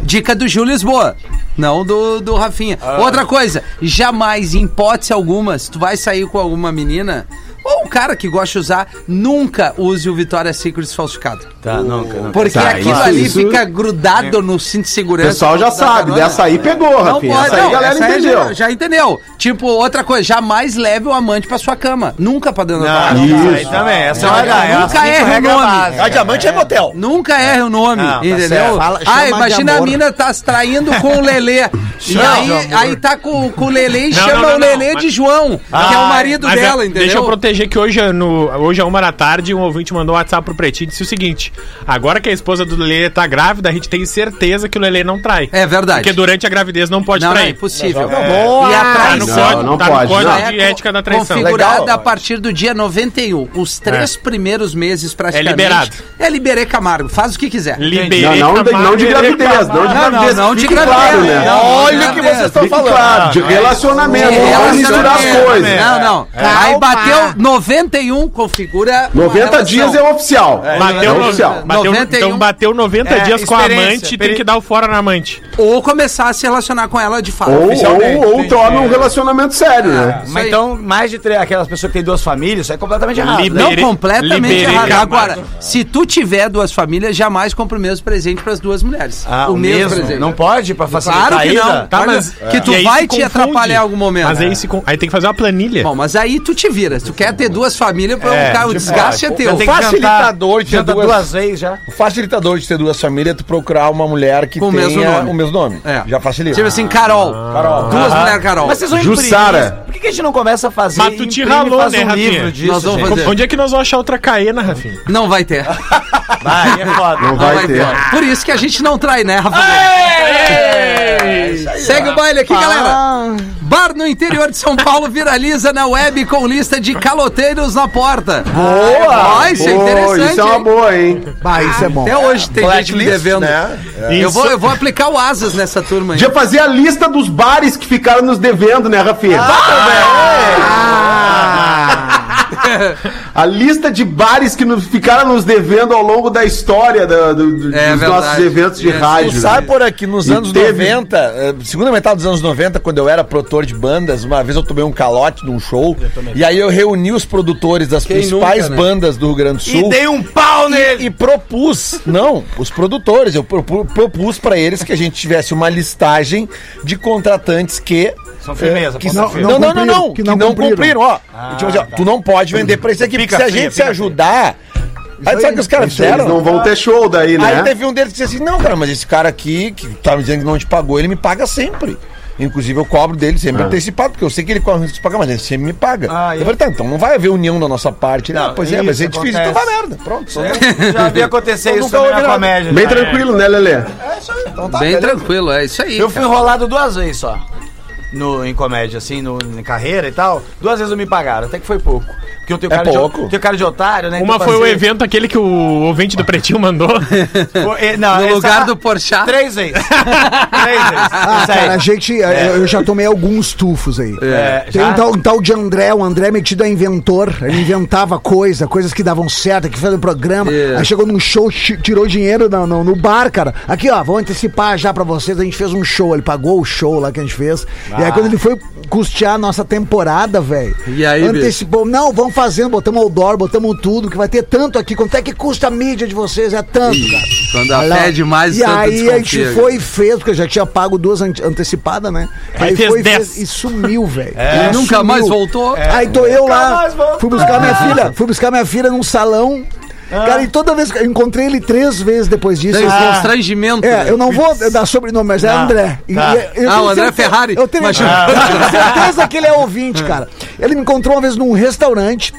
A: Dica do Gil Lisboa, não do, do Rafinha.
B: Ah.
A: Outra coisa, jamais, em hipótese alguma, se tu vai sair com alguma menina ou um cara que gosta de usar, nunca use o Vitória Secrets falsificado.
B: Tá, não, não.
A: Porque
E: Então, Tá,
A: aquilo
E: isso-
A: ali
E: isso-
A: fica
B: É.
A: grudado no cinto de
E: O
A: segurança.
E: pessoal já
A: da
E: sabe,
A: carona.
E: dessa aí pegou,
A: Não
E: Rafinha.
A: pode,
E: Essa aí
A: não,
E: a galera
A: essa aí é
E: entendeu.
A: já, já entendeu. Tipo, outra coisa, jamais leve o amante pra sua cama. Nunca pra dentro
B: tá,
A: da
E: Isso.
A: cama.
B: Aí também, essa é uma
A: Olha,
B: é
A: nunca
B: assim,
A: erra o
B: regra
A: nome.
B: básica.
F: A diamante é motel.
A: Nunca erra o nome,
B: Não, tá
A: entendeu?
F: certo. Fala- chama
A: ah,
F: de
A: imagina a
F: amor.
A: mina tá se traindo com o Lelê. e aí,
B: de amor.
A: aí tá com, com o Lelê e
D: Não,
A: chama
D: não, não,
A: o Lelê
D: não,
A: de
D: mas-
A: João, que é o marido
D: Mas,
A: dela,
D: é,
A: entendeu?
D: Deixa eu proteger que hoje, é no, hoje a uma da tarde, um ouvinte mandou um WhatsApp pro Pretinho e disse o seguinte: agora que a esposa do Lelê tá grávida, a gente tem certeza que o Lelê não trai.
A: É verdade.
D: Porque durante a gravidez não pode
A: Não, não é
D: trair.
A: impossível.
F: Boa!
A: E a
D: Tá no
A: traição
D: código,
E: não
D: tá no
E: pode,
D: código
E: não.
D: de
A: É
D: ética da traição.
A: configurada
F: Legal.
A: a partir do dia 91. Os três primeiros meses praticamente.
D: É liberado.
A: É liberei Camargo. Faz o que quiser.
E: Não,
D: Liberei
E: não, de, não de
D: Camargo.
E: gravidez, não
A: Não,
E: de
A: não,
E: gravidez.
A: não de
E: fique
A: gravidez.
E: Claro, né?
A: Não,
F: Olha
A: não,
F: o que
A: não,
F: vocês estão
E: Fique
F: falando. É,
E: claro, de
A: É,
E: relacionamento, não vamos misturar as
A: Relacionamento.
E: coisas.
A: é. Não, não.
D: É.
A: Aí
C: Calma.
A: bateu 91, configura. uma
E: 90
A: relação.
E: dias é oficial.
D: Bateu,
E: é
D: no-
E: oficial.
D: bateu,
A: 91.
D: então bateu 90
B: É,
D: dias com a
B: experiência,
D: amante, tem
B: peri-
D: que dar o fora na amante.
A: Ou começar a se relacionar com ela de fato.
E: Ou, né?
B: Oficialmente,
E: ou, ou
B: tem
E: torna
B: que-
E: um relacionamento sério, né?
A: Isso
B: Mas
A: aí.
B: então, mais de três, aquelas pessoas que têm duas famílias, isso é completamente errado.
D: Livre.
A: Não,
D: Liberei-
A: completamente
D: liberei
A: errado.
D: Camargo.
A: Agora, se tu tiver duas famílias, jamais compra o mesmo presente para as duas mulheres.
B: Ah, o mesmo, não pode pra facilitar
A: Claro que
B: a ida?
A: não.
D: Tá,
A: Olha,
D: mas
A: que tu
D: e aí
A: vai
D: se
A: te
D: confunde.
A: atrapalhar em algum momento.
D: Mas aí, se con- aí tem que fazer uma planilha.
A: Bom, mas aí tu te vira. Se tu quer ter duas famílias, pra um cara, o desgaste é
B: Já
A: teu.
B: tem que
F: facilitador de
B: jantar, janta
F: duas-
B: duas... vezes já.
F: O facilitador É. de ter duas famílias é tu procurar uma mulher que
A: Com o
F: tenha
A: mesmo nome.
F: o mesmo nome.
A: É.
F: Já facilita.
A: Tipo assim, Carol. Duas mulheres Carol.
B: Ah. Mas vocês vão
E: Jussara.
B: imprimir isso? Por que, que a gente não começa a fazer
D: Mas tu
B: e
D: te
B: imprime e
D: ralou,
B: faz um
D: né, Rafinha?
B: disso,
A: Nós vamos
B: gente?
A: fazer.
D: Onde é que nós vamos achar outra caena, Rafinha?
A: Não vai ter.
B: Vai, é foda.
E: Não
A: Não
E: vai ter.
A: Por isso que a gente não trai, né, Rafael? Segue o baile aqui, galera. Bar no interior de São Paulo viraliza na web com lista de caloteiros na porta. Boa! isso é
E: Pô,
A: interessante.
E: isso é uma
A: hein?
E: boa, hein?
C: Bah, isso é bom.
A: Até hoje tem gente me devendo. Eu,
D: Isso.
A: vou, eu vou aplicar o Asas nessa turma aí.
E: Já fazia a lista dos bares que ficaram nos devendo, né, Rafinha? Ah! A lista de bares que nos- ficaram nos devendo ao longo da história da- do- do-
A: É
E: dos
A: verdade.
E: nossos eventos de
A: É,
F: Tu
E: rádio.
F: sabe por aqui, nos
E: E
F: anos
E: teve-
F: 90, eh, segunda metade dos anos 90, quando eu era produtor de bandas, uma vez eu tomei um calote num show, e aí eu reuni os produtores das principais
A: nunca, né?
F: bandas do Rio Grande do Sul.
B: E dei um pau nele.
F: e propus, não, os produtores, eu propu- propus pra eles que a gente tivesse uma listagem de contratantes que eh,
B: São firmeza,
F: que
B: ponta
F: não,
B: firme. Ah, tá.
F: não, não, não,
H: cumpriram,
F: não, que
H: que
F: não,
H: não
F: cumpriram.
H: cumpriram.
F: ó. Tipo assim, ó, Tu não pode vender pra esse aqui, porque
B: Pica
F: se a
B: fria,
F: gente se
B: pica fria.
F: ajudar, aí sabe o que os caras
E: Isso aí, Eles
F: fizeram?
E: não vão ter show daí,
F: Aí
E: né?
F: teve um deles que disse assim: não, cara, mas esse cara aqui que tá me dizendo que não te pagou, ele me paga sempre. Inclusive, eu cobro dele sempre antecipado, porque eu sei que ele corre o risco de pagar, mas ele sempre me paga.
B: Ah, é.
F: eu falei, tá, então não vai haver união da nossa parte. Ele, ah,
B: Não,
F: pois é,
B: isso
F: mas é difícil, então vai
B: acontece.
F: merda. Pronto, só
B: Já vi acontecer
F: Eu
B: isso
F: nunca
B: também
F: ouvi
B: na
F: nada.
B: comédia.
E: Bem
B: já.
E: tranquilo, né, Lelê?
F: então tá,
A: Bem
F: beleza.
A: tranquilo, é isso aí.
B: Eu fui
A: cara.
B: enrolado duas vezes só. No, em comédia, assim, no, em carreira e tal. Duas vezes não me pagaram, até que foi pouco. Porque eu tenho,
F: É
B: cara, de-
F: pouco?
B: tenho cara de otário, né?
D: Uma
B: então
D: foi o
B: passei-
D: evento aquele que o ouvinte do Pretinho mandou.
B: Foi- eh, não,
A: No
B: essa-
A: lugar do Porchat.
B: Três vezes. Três vezes.
C: Ah,
B: Isso aí.
C: cara, a gente. Eu, eu já tomei alguns tufos aí.
B: É,
C: Tem
B: já?
C: um tal, um tal de André, o André é metido a inventor. Ele inventava coisa, coisas que davam certo, que fazia um programa.
A: É.
C: Aí chegou num show, chi- tirou dinheiro no, no, no bar, cara. Aqui, ó, vou antecipar já pra vocês. A gente fez um show, ele pagou o show lá que a gente fez. E aí, quando ele foi custear a nossa temporada, velho.
A: E aí,
C: Antecipou. Não, vamos fazendo, botamos outdoor, botamos tudo, que vai ter tanto aqui. Quanto é que custa a mídia de vocês? É tanto, cara.
A: Quando a
C: Olha lá.
A: fé é demais,
C: E
A: Santa
C: aí a gente
A: desconfia.
C: foi e fez, porque eu já tinha pago duas ante- antecipadas, né? Aí,
D: fez
C: foi e
D: dez.
C: e sumiu, velho.
A: É. E
C: Ele
A: nunca
C: sumiu. É.
A: mais voltou. É.
C: Aí tô eu lá,
B: mais voltou.
C: fui buscar minha filha, fui buscar minha filha num salão.
A: Ah.
C: Cara, e toda vez que eu encontrei ele três vezes depois disso.
A: Tem
C: Eu-
A: constrangimento.
C: É,
A: né?
C: eu não vou dar sobrenome, mas é André. E-
B: tá.
C: e- eu
A: Ah,
C: tenho
A: o André
C: certeza-
A: Ferrari.
C: Eu tenho,
A: Imagina.
C: eu tenho certeza que ele é ouvinte, cara. Ele me encontrou uma vez num restaurante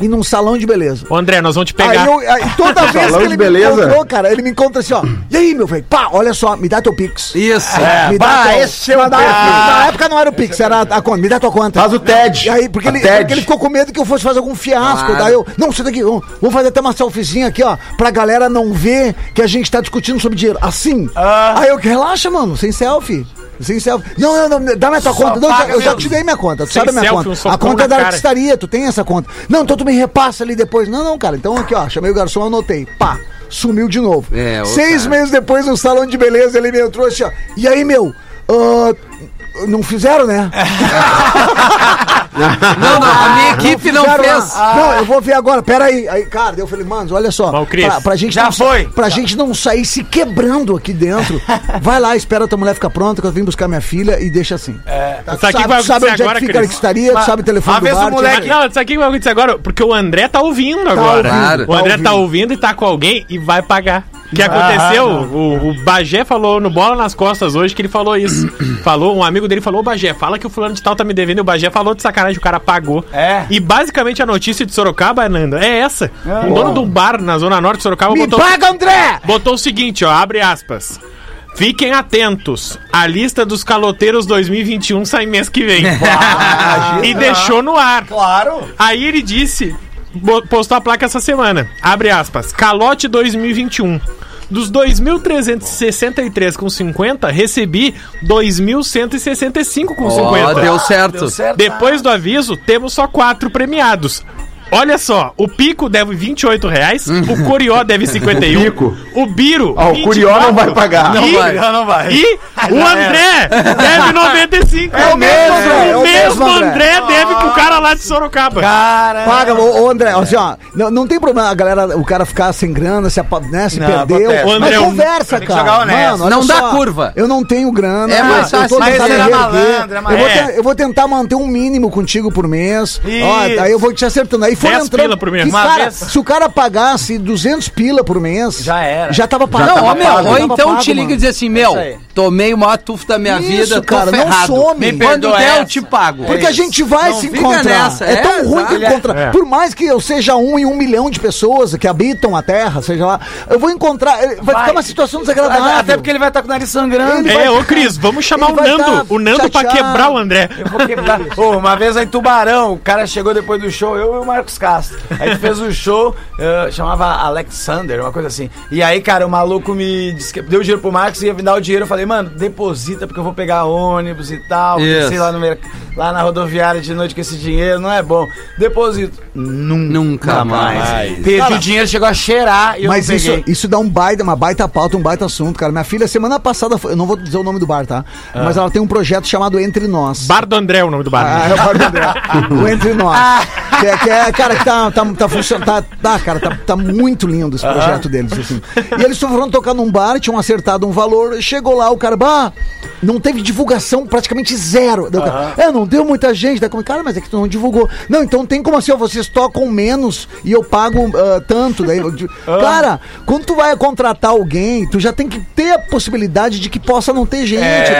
C: e num salão de beleza.
D: Ô, André, nós vamos te
C: Aí
D: pegar.
C: eu, aí toda vez que
E: Salão de
C: ele
E: beleza.
C: me encontrou, cara, ele me encontra assim, ó. E aí, meu velho? Pá, olha só, me dá teu Pix.
A: Isso.
C: me
F: bah,
C: teu-
F: esse é o
C: me dá-
F: Pix.
C: Na época não era o Pix, era a, a conta. Me dá tua conta.
E: Faz o TED.
C: E aí, porque
E: A
C: ele,
E: TED.
C: porque ele ficou com medo que eu fosse fazer algum fiasco.
A: Claro.
C: Daí eu, não, senta aqui, vamos, vamos fazer até uma selfiezinha aqui, ó, pra galera não ver que a gente tá discutindo sobre dinheiro. Assim.
D: Ah.
C: Aí eu, relaxa, mano, sem selfie. Sem selfie. Não, não, não, dá minha tua conta. Não, eu já- eu já te dei minha conta, tu
D: Sem
C: sabe a minha
D: selfie, um
C: conta.
D: socão
C: A conta é
D: na
C: da
D: cara.
C: artistaria, tu tem essa conta. Não, então tu me repassa ali depois. Não, não, cara, então aqui, ó, chamei o garçom, anotei. Pá. Sumiu de novo.
A: É, ô,
C: Seis
A: cara.
C: meses depois, no salão de beleza, ele me entrou assim, ó. E aí, meu? ah, não fizeram, né?
I: Não, não, a minha equipe não
C: Fizeram
I: fez.
C: lá. Ah. Não, eu vou ver agora. Pera aí. Aí, cara, eu falei, mano, olha só.
D: Mas, Cris,
C: pra, pra gente
B: já
C: não, sa-
B: foi.
C: Pra gente não sair se quebrando aqui dentro. vai lá, espera a tua mulher ficar pronta, que eu vim buscar minha filha e deixa assim. É. Tá, tu
D: Sabe o que
C: sabe,
D: vai
C: tu sabe
D: acontecer
C: onde é
D: agora,
C: que fica a
D: Cris?
C: estaria, tu sabe o telefone
B: uma vez o
C: bar, tu-
B: moleque-
D: Não, sabe o que vai acontecer agora? Porque o André tá ouvindo
A: ouvindo,
D: agora. o
C: tá
D: André tá
C: ouvindo.
D: ouvindo e tá com alguém e vai pagar. O que aconteceu? o, o Bagé falou no Bola nas Costas hoje que ele falou isso. falou, um amigo dele falou, "Ô, Bagé, fala que o fulano de tal tá me devendo. E o Bagé falou de sacanagem, o cara pagou.
B: É.
D: E basicamente a notícia de Sorocaba, Nanda, é essa. o dono de um bar na zona norte de Sorocaba
C: Me
D: botou...
C: paga, André!
D: Botou o seguinte, ó, abre aspas. Fiquem atentos, a lista dos caloteiros 2021 sai mês que vem. e deixou no ar.
B: Claro.
D: Aí ele disse, bo- postou a placa essa semana, abre aspas, calote 2021. Dos 2.363,50, recebi 2.165,50.
A: Ó, deu certo.
B: Deu certo.
D: Depois do aviso, temos só quatro premiados. Olha só, o Pico deve 28 reais, o Curió deve 51,
E: Pico.
D: o Biro...
E: Ó, Ah, o Curió não vai pagar.
D: E,
A: Não vai.
B: Não, não vai.
D: e o André deve 95. É
C: o mesmo, André, é
D: O
C: o
D: mesmo
C: mesmo
D: André,
C: André.
D: deve pro cara lá de Sorocaba.
B: Cara.
C: Paga, ô, ô, André, assim, ó, não, não tem problema a galera, o cara ficar sem grana, se, apa- né, se
B: Não,
C: perdeu.
B: acontece.
D: Ô, André, é um-
C: mas conversa,
B: tem que jogar
C: cara.
B: honesto.
C: olha
A: Não dá curva.
C: Eu não tenho grana.
A: É mais
C: eu
A: fácil.
C: tô
A: Mas
C: tentando
B: ele era
C: me
B: malandro, é
C: erguer. eu, vou
D: malandro.
C: te- eu vou tentar manter um mínimo contigo por mês.
B: Isso.
C: Ó, aí eu vou te acertando. Aí foi
D: Dez
C: entrando.
D: pila por mês.
C: Que
D: Uma
C: cara,
B: vez.
C: Se o cara pagasse 200 pila por mês.
B: Já era.
C: Já tava pago.
A: Não,
C: tava
A: ó, meu,
C: pago,
A: ou
C: tava
A: então
C: pago,
A: te liga
C: mano.
A: e diz assim, meu,
B: É isso aí.
A: tomei o maior tufo da minha
C: Isso,
A: vida, tô
C: cara, não
A: ferrado.
C: some. Me
A: Quando
B: perdoa
A: der, eu
B: essa.
A: te pago.
C: Porque
B: É
C: a gente vai
A: Não
C: se
A: fica
C: encontrar.
A: nessa,
C: É,
A: é,
C: tão ruim
A: exato.
C: que encontrar.
D: É.
C: Por mais que eu seja um em um milhão de pessoas que habitam a Terra, seja lá, eu vou encontrar. Vai,
B: Vai.
C: ficar uma situação desagradável.
B: Até porque ele vai estar com o nariz sangrando.
C: Ele
D: É,
C: vai-
D: ô Cris, vamos chamar
C: ele
D: o
C: vai
D: Nando.
C: tá
D: o Nando pra
C: chateado.
D: quebrar o André.
B: Eu vou quebrar. Ô, uma vez lá em Tubarão, o cara chegou depois do show, eu e o Marcos Castro. Aí gente fez o show, eh, chamava Alexander, uma coisa assim. E aí, cara, o maluco me disse que deu dinheiro pro Marcos e ia me dar o dinheiro. Eu falei, mano, deposita porque eu vou pegar ônibus e tal.
A: Isso.
B: Sei lá, no merc- lá na rodoviária de noite com esse dinheiro, não é bom. Deposito. Nunca,
A: Nunca mais.
B: Perdi o dinheiro, chegou a cheirar e eu
C: Mas
B: não
C: isso,
B: peguei.
C: isso dá um baita, uma baita pauta, um baita assunto, cara. Minha filha, semana passada, foi- eu não vou dizer o nome do bar, tá?
B: Ah.
C: Mas ela tem um projeto chamado Entre Nós.
D: Bar do André é o nome do bar.
C: Ah, é o bar do André. o Entre Nós. Que é, que é- cara, que tá, tá, tá funcionando. Tá, tá, cara, tá, tá muito lindo esse projeto deles, assim. E eles foram tocar num bar, tinham acertado um valor, chegou lá o cara, bah, não teve divulgação, praticamente zero. Daí o cara, É, não deu muita gente. Daí, eu falei, cara, mas é que tu não divulgou. Não, então tem como assim, ó, vocês tocam menos e eu pago ah, tanto. Daí, eu di-
B: Ah.
C: Cara, quando tu vai contratar alguém, tu já tem que ter a possibilidade de que possa não ter gente
B: É.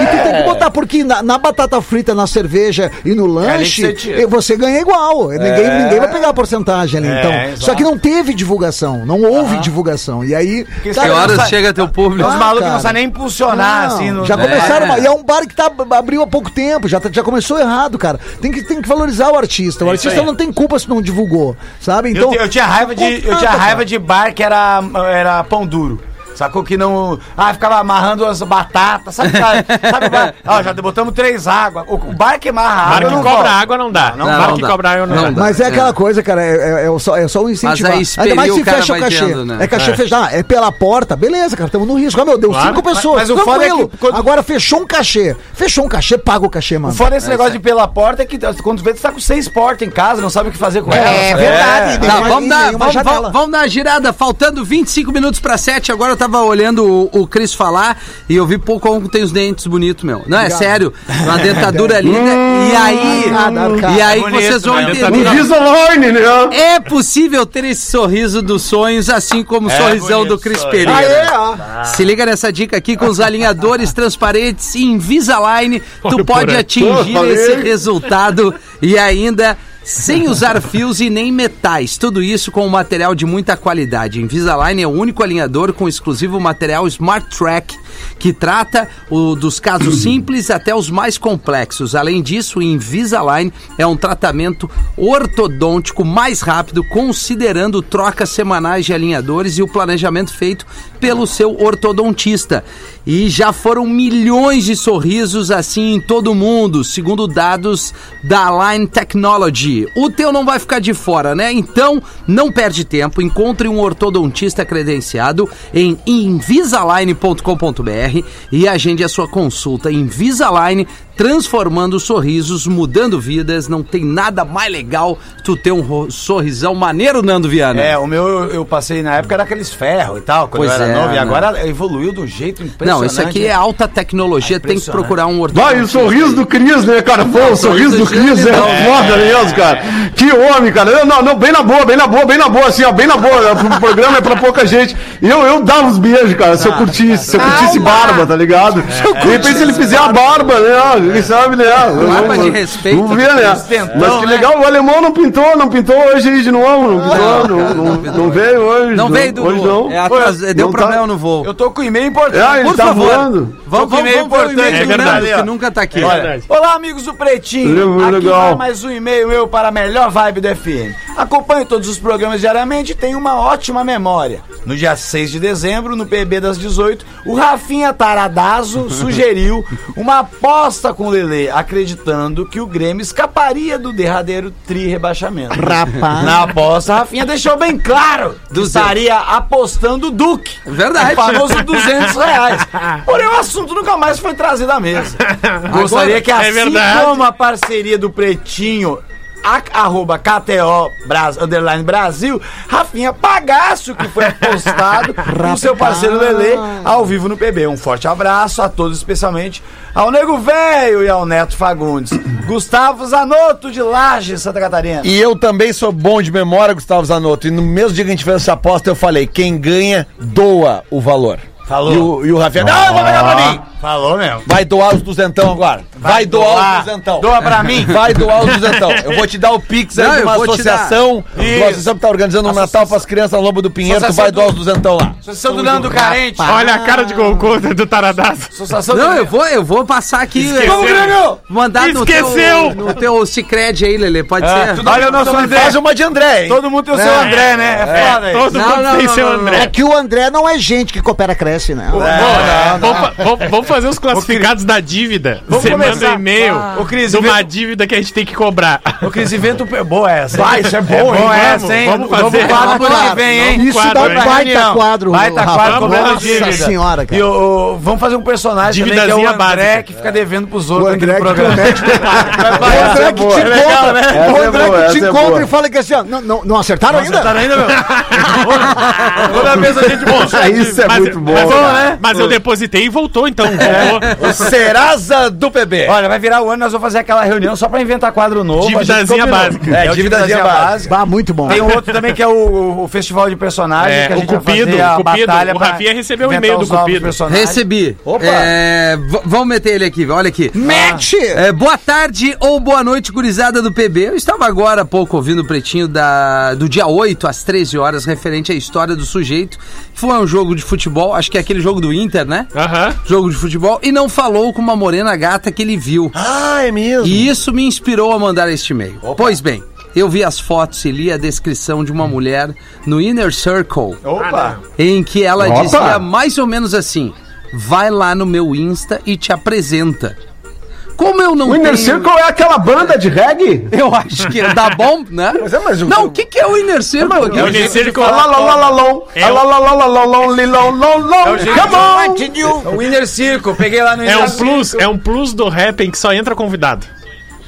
C: e tal. E tu tem que botar, porque na, na batata frita, na cerveja e no
B: É, ali que
C: lanche, eh,
B: você tira.
C: você ganha igual. Eh, Ninguém, ninguém vai pegar a porcentagem ali,
B: É,
C: então.
B: exato.
C: Só que não teve divulgação, não houve divulgação. E aí.
B: Que
A: Que
C: cara,
B: hora-
A: horas
B: não sai-
A: chega teu público?
B: Os
C: Ah,
B: malucos não
C: cara.
B: sabem nem impulsionar,
C: não,
B: assim. No...
C: já
B: É.
C: começaram, uma- e é um bar que tá, abriu há pouco tempo, já, tá- já começou errado, cara. Tem que, tem que valorizar o artista. O artista
B: aí.
C: não tem culpa se não divulgou, sabe? Então,
B: Eu, te- eu tinha raiva de eu tinha
C: contrata,
B: raiva de bar que era era pão duro. Sacou que não. Ah, ficava amarrando as batatas. Sabe, sabe, sabe bar? Ó, já botamos três águas. O, o bar que amarra água.
D: Bar que
B: não
D: cobra
B: volta.
D: água não dá.
B: Não,
A: não
D: Bar que
A: dá.
D: cobra água não
A: Não
D: dá.
A: dá.
C: Mas é aquela
A: É.
C: coisa, cara, é, é- é só, é só um incentivo.
A: aí espelhou,
C: Ainda mais
A: o
C: se
A: cara
C: fecha o
A: vai
C: cachê.
A: vendo, né?
C: É cachê fechado. Ah, é pela porta, beleza, cara, estamos no risco. Ah, meu, deu
D: Claro.
C: cinco pessoas.
B: Mas- mas o foda é que quando-
C: Agora fechou um cachê. Fechou um cachê, paga o cachê, mano.
B: Fora esse negócio de ir pela porta, é que quando vê, tu tá com seis portas em casa, não sabe o que fazer com ela.
C: É
A: Tá,
C: verdade, Tem
A: vamos
C: uma-
A: dar,
C: tem uma
A: vamos,
C: janela.
A: vamos- vamos dar uma girada. Faltando 25 minutos pra 7. Agora eu tava olhando o, o Cris falar e eu vi pô, como tem os dentes bonitos, meu. Não, é sério. Uma dentadura linda.
C: Hum,
A: E aí,
C: Arcada, arcada.
A: e aí
B: Bonito,
A: vocês vão
B: né?
A: entender.
E: Não diz o Lorne, né?
A: É possível ter esse sorriso dos sonhos, assim como o sorrisão
B: É bonito,
A: do Cris
B: sorriso.
A: Pereira.
C: Ah, é, ó.
A: Se liga nessa dica aqui com os alinhadores transparentes Invisalign, tu
D: Olha
A: pode
D: por aí.
A: atingir
E: Pô, falei.
A: esse resultado e ainda sem usar fios e nem metais. Tudo isso com um material de muita qualidade. Invisalign é o único alinhador com exclusivo material Smart Track que trata o dos casos simples até os mais complexos. Além disso, o Invisalign é um tratamento ortodôntico mais rápido, considerando trocas semanais de alinhadores e o planejamento feito pelo seu ortodontista. E já foram milhões de sorrisos assim em todo o mundo, segundo dados da Align Technology. Saúde. O teu não vai ficar de fora, né? Então, não perde tempo. Encontre um ortodontista credenciado em invisalign.com.br e agende a sua consulta. Invisalign, transformando sorrisos, mudando vidas. Não tem nada mais legal tu ter um ro- sorrisão maneiro, Nando Viana.
B: É, o meu eu- eu passei na época era aqueles ferros e tal, quando
A: Pois
B: eu era
A: é,
B: novo. E
A: né?
B: agora evoluiu de um jeito impressionante. né? Ah,
A: Não, isso aqui é alta tecnologia, tem que
B: Impressionante.
A: procurar um ortodontista.
E: Vai, o sorriso do Cris, né, cara? Pô, o sorriso do Cris é foda mesmo, cara. Que homem, cara. Eu, não, não, bem na boa, bem na boa, bem na boa, assim, ó, bem na boa. O programa é pra pouca gente. Eu, eu dava uns beijos, cara,
A: Ah,
E: se eu curtisse, se eu curtisse barba, tá ligado? De repente, se ele fizer a barba, né, ó, ele sabe, né?
A: É, Barba de
E: Vamos-
A: respeito,
E: Vamos ver, né? Mas que legal, o alemão não pintou, não pintou hoje aí de novo, não
A: Ah.
E: pintou, não, não, não veio hoje.
A: Não veio, Dudu.
E: Hoje não.
A: É, atras-
E: Ué,
A: deu
E: não tá-
A: problema no voo.
B: Eu tô com um e-mail importante.
E: É, ele
A: Por
E: tá
A: favor.
E: voando.
A: Vamos,
B: Tô com
A: vamos, vamos
B: e-mail
A: ver o
B: importante.
A: e-mail
D: É
A: do Nando,
D: verdade.
A: que nunca tá aqui.
B: Olha. Olá, amigos do Pretinho.
E: Legal,
B: Aqui
E: legal.
B: vai mais um e-mail meu para a melhor vibe do FM. Acompanho todos os programas diariamente e tenho uma ótima memória. No dia 6 de dezembro, no PB das 18, o Rafinha Taradazo sugeriu uma aposta com o Lele, acreditando que o Grêmio escaparia do derradeiro tri-rebaixamento.
C: Rapaz.
B: Na aposta, Rafinha deixou bem claro que
A: 200.
B: estaria apostando o Duque.
A: Verdade.
B: O famoso 200 reais. Porém, o assunto nunca mais foi trazido à mesa. Gostaria que,
D: é
B: assim
D: verdade.
B: como a parceria do Pretinho, a, arroba KTO Bras, underline Brasil, Rafinha pagasse o que foi apostado com seu parceiro Lele ao vivo no PB. Um forte abraço a todos, especialmente ao Nego Velho e ao Neto Fagundes. Gustavo Zanotto de Lages, Santa Catarina.
F: E eu também sou bom de memória, Gustavo Zanotto. E no mesmo dia que a gente fez essa aposta, eu falei: quem ganha, doa o valor.
B: Falou.
F: E o, e o Rafinha, não, eu vou pegar pra mim.
B: Falou mesmo.
F: Vai doar os duzentão agora. Vai, doar, os duzentão.
B: Doa pra mim.
F: Vai doar os duzentão. Eu vou te dar o Pix
A: Não,
F: aí de uma
A: eu vou te dar.
F: associação. Uma associação que tá organizando um Natal pras crianças na Lomba do Pinheiro. Tu
B: Associação
F: vai
B: do-
F: doar os duzentão lá.
B: Associação do Nando Carente.
D: Olha a cara de gol contra do Taradaço.
B: Associação do
A: Não, eu vou, eu vou passar aqui. eh,
D: Vamos, Grêmio!
A: Mandar
D: Esqueceu!
A: no teu, no teu Cicred aí, Lelê, pode ser?
B: Olha o nosso André.
F: Faz uma de André, hein?
B: Todo mundo tem o seu André, né? É, foda aí.
D: Todo
A: Não,
D: mundo
A: não,
D: tem
A: não,
D: seu
A: não, não.
D: André.
C: É que o André não é gente que coopera, cresce, né?
D: Bom, Vamos, fa- vamos- vamos fazer os classificados da dívida. Você
B: começar.
D: manda um e-mail
B: Ah. Ô, Cris,
D: de uma
B: inventa-
D: dívida que a gente tem que cobrar.
B: Ô, Cris, inventa um... Boa essa.
F: Vai, isso é bom, hein?
B: Boa
D: Vamos,
B: essa, hein?
D: vamos
B: Novo
D: fazer.
B: quadro
C: Vamos,
B: pro ano que
C: claro.
B: vem, hein?
C: Isso
D: Quadro,
C: dá um
D: hein?
C: baita quadro,
B: Baita
C: Rafa.
B: quadro,
D: Vamos
B: cobrando
D: lá,
B: dívida.
D: nossa
C: senhora, cara.
B: E o, o- vamos fazer um personagem também, que é o
D: Dívidazinha
B: André,
D: básica.
B: que fica devendo pros outros
C: O
B: aqui no
C: André que
B: programa.
C: O André
E: é
C: que
E: boa.
C: te
E: É legal,
C: encontra,
E: né?
C: O
E: Essa é
C: André
E: boa,
C: que te
E: essa é
C: encontra
E: boa.
C: e fala que assim, ó, não, não, não acertaram ainda?
B: Tá ainda, meu? Toda vez a gente puxa.
E: Isso é muito bom.
D: mas,
E: cara.
D: né? mas eu depositei e voltou, então.
F: O Serasa do PB.
D: É.
B: Olha, vai virar o ano, nós vamos fazer aquela reunião só pra inventar quadro novo. a gente
D: Dívidazinha
B: combinou.
D: básica.
B: É, dívidazinha básica.
C: Ah, muito bom.
B: Tem um outro também que é o, o- o festival de personagens
D: É,
B: que a
D: o
B: gente
D: Cupido,
B: vai fazer a
D: o Cupido.
B: batalha
D: O
B: pra
D: Rafinha recebeu um
B: inventar
D: e-mail do
B: os novos
D: Cupido.
B: personagens.
A: Recebi.
F: Opa.
A: É, v- vamos meter ele aqui, olha aqui.
C: um Match!
A: É, boa tarde ou boa noite, gurizada do PB. Eu estava agora há pouco ouvindo o pretinho da, do dia 8 às 13 horas, referente à história do sujeito, que foi um jogo de futebol, acho que é aquele jogo do Inter, né?
D: Aham.
A: Jogo de futebol, e não falou com uma morena gata que ele viu.
F: Ah, é mesmo.
A: E isso me inspirou a mandar este e-mail. Pois bem, eu vi as fotos e li a descrição de uma mulher no Inner Circle,
B: Opa!
A: em que ela dizia mais ou menos assim: vai lá no meu Insta e te apresenta. Como eu não
E: O Inner
A: tenho...
E: Circle é aquela banda de reggae?
A: Eu acho que dá bom, né?
F: Mas é, mas o-
A: não, o que, que é o Inner Circle? aqui?
D: O
B: É
D: Unicir com
E: Alalalalalalom,
D: É o-
E: alalalalalalom, lilalom, come on!
B: O Winner Circle, peguei lá no
D: É um plus, é um plus do rap em que só entra convidado.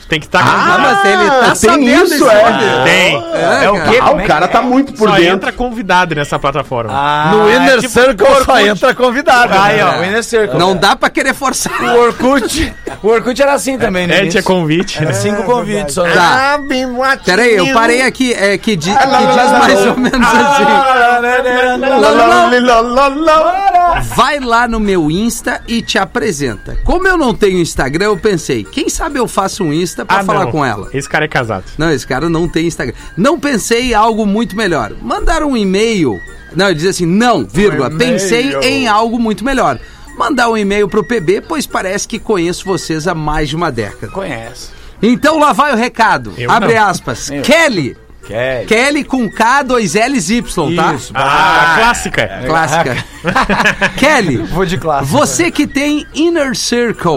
D: Tem que estar
A: Ah,
D: convidado.
A: mas ele tá
E: tem
A: sabendo né?
E: isso,
A: esse
E: é.
A: nome.
D: Tem.
A: É,
B: o quê?
A: cara.
E: Ah, o cara tá muito por
D: só
E: dentro.
D: entra convidado nessa plataforma.
B: Ah,
F: No
B: é
F: Inner
D: tipo
F: Circle só entra convidado.
B: Aí, ó, o Inner Circle.
A: Não dá pra querer forçar.
B: O Orkut. O Orkut era assim também, né?
D: É, tinha convite.
A: É,
D: né?
B: Cinco convites só.
A: Tá. Pera aí, eu parei aqui, é, que,
D: Ah,
A: di- que
B: Tá,
A: diz mais ou menos
B: Ah,
A: assim. Vai lá no meu Insta e te apresenta. Como eu não tenho Instagram, eu pensei, quem sabe eu faço um Insta pra
D: Ah,
A: falar
D: não.
A: com ela.
D: Esse cara é casado.
A: Não, esse cara não tem Instagram. Não pensei em algo muito melhor. Mandaram um e-mail. Não, ele diz assim:
D: Um
A: não, vírgula, pensei em algo muito melhor. Mandar um e-mail pro PB, pois parece que conheço vocês há mais de uma década.
B: Conhece.
A: Então lá vai o recado.
D: Eu
A: Abre
D: não.
A: aspas. Kelly
B: Kelly.
A: Kelly com K, dois L's e Y, tá?
B: Isso,
D: Ah,
A: é.
D: clássica.
A: Clássica. Kelly,
B: Vou de classe.
A: você que tem Inner Circle.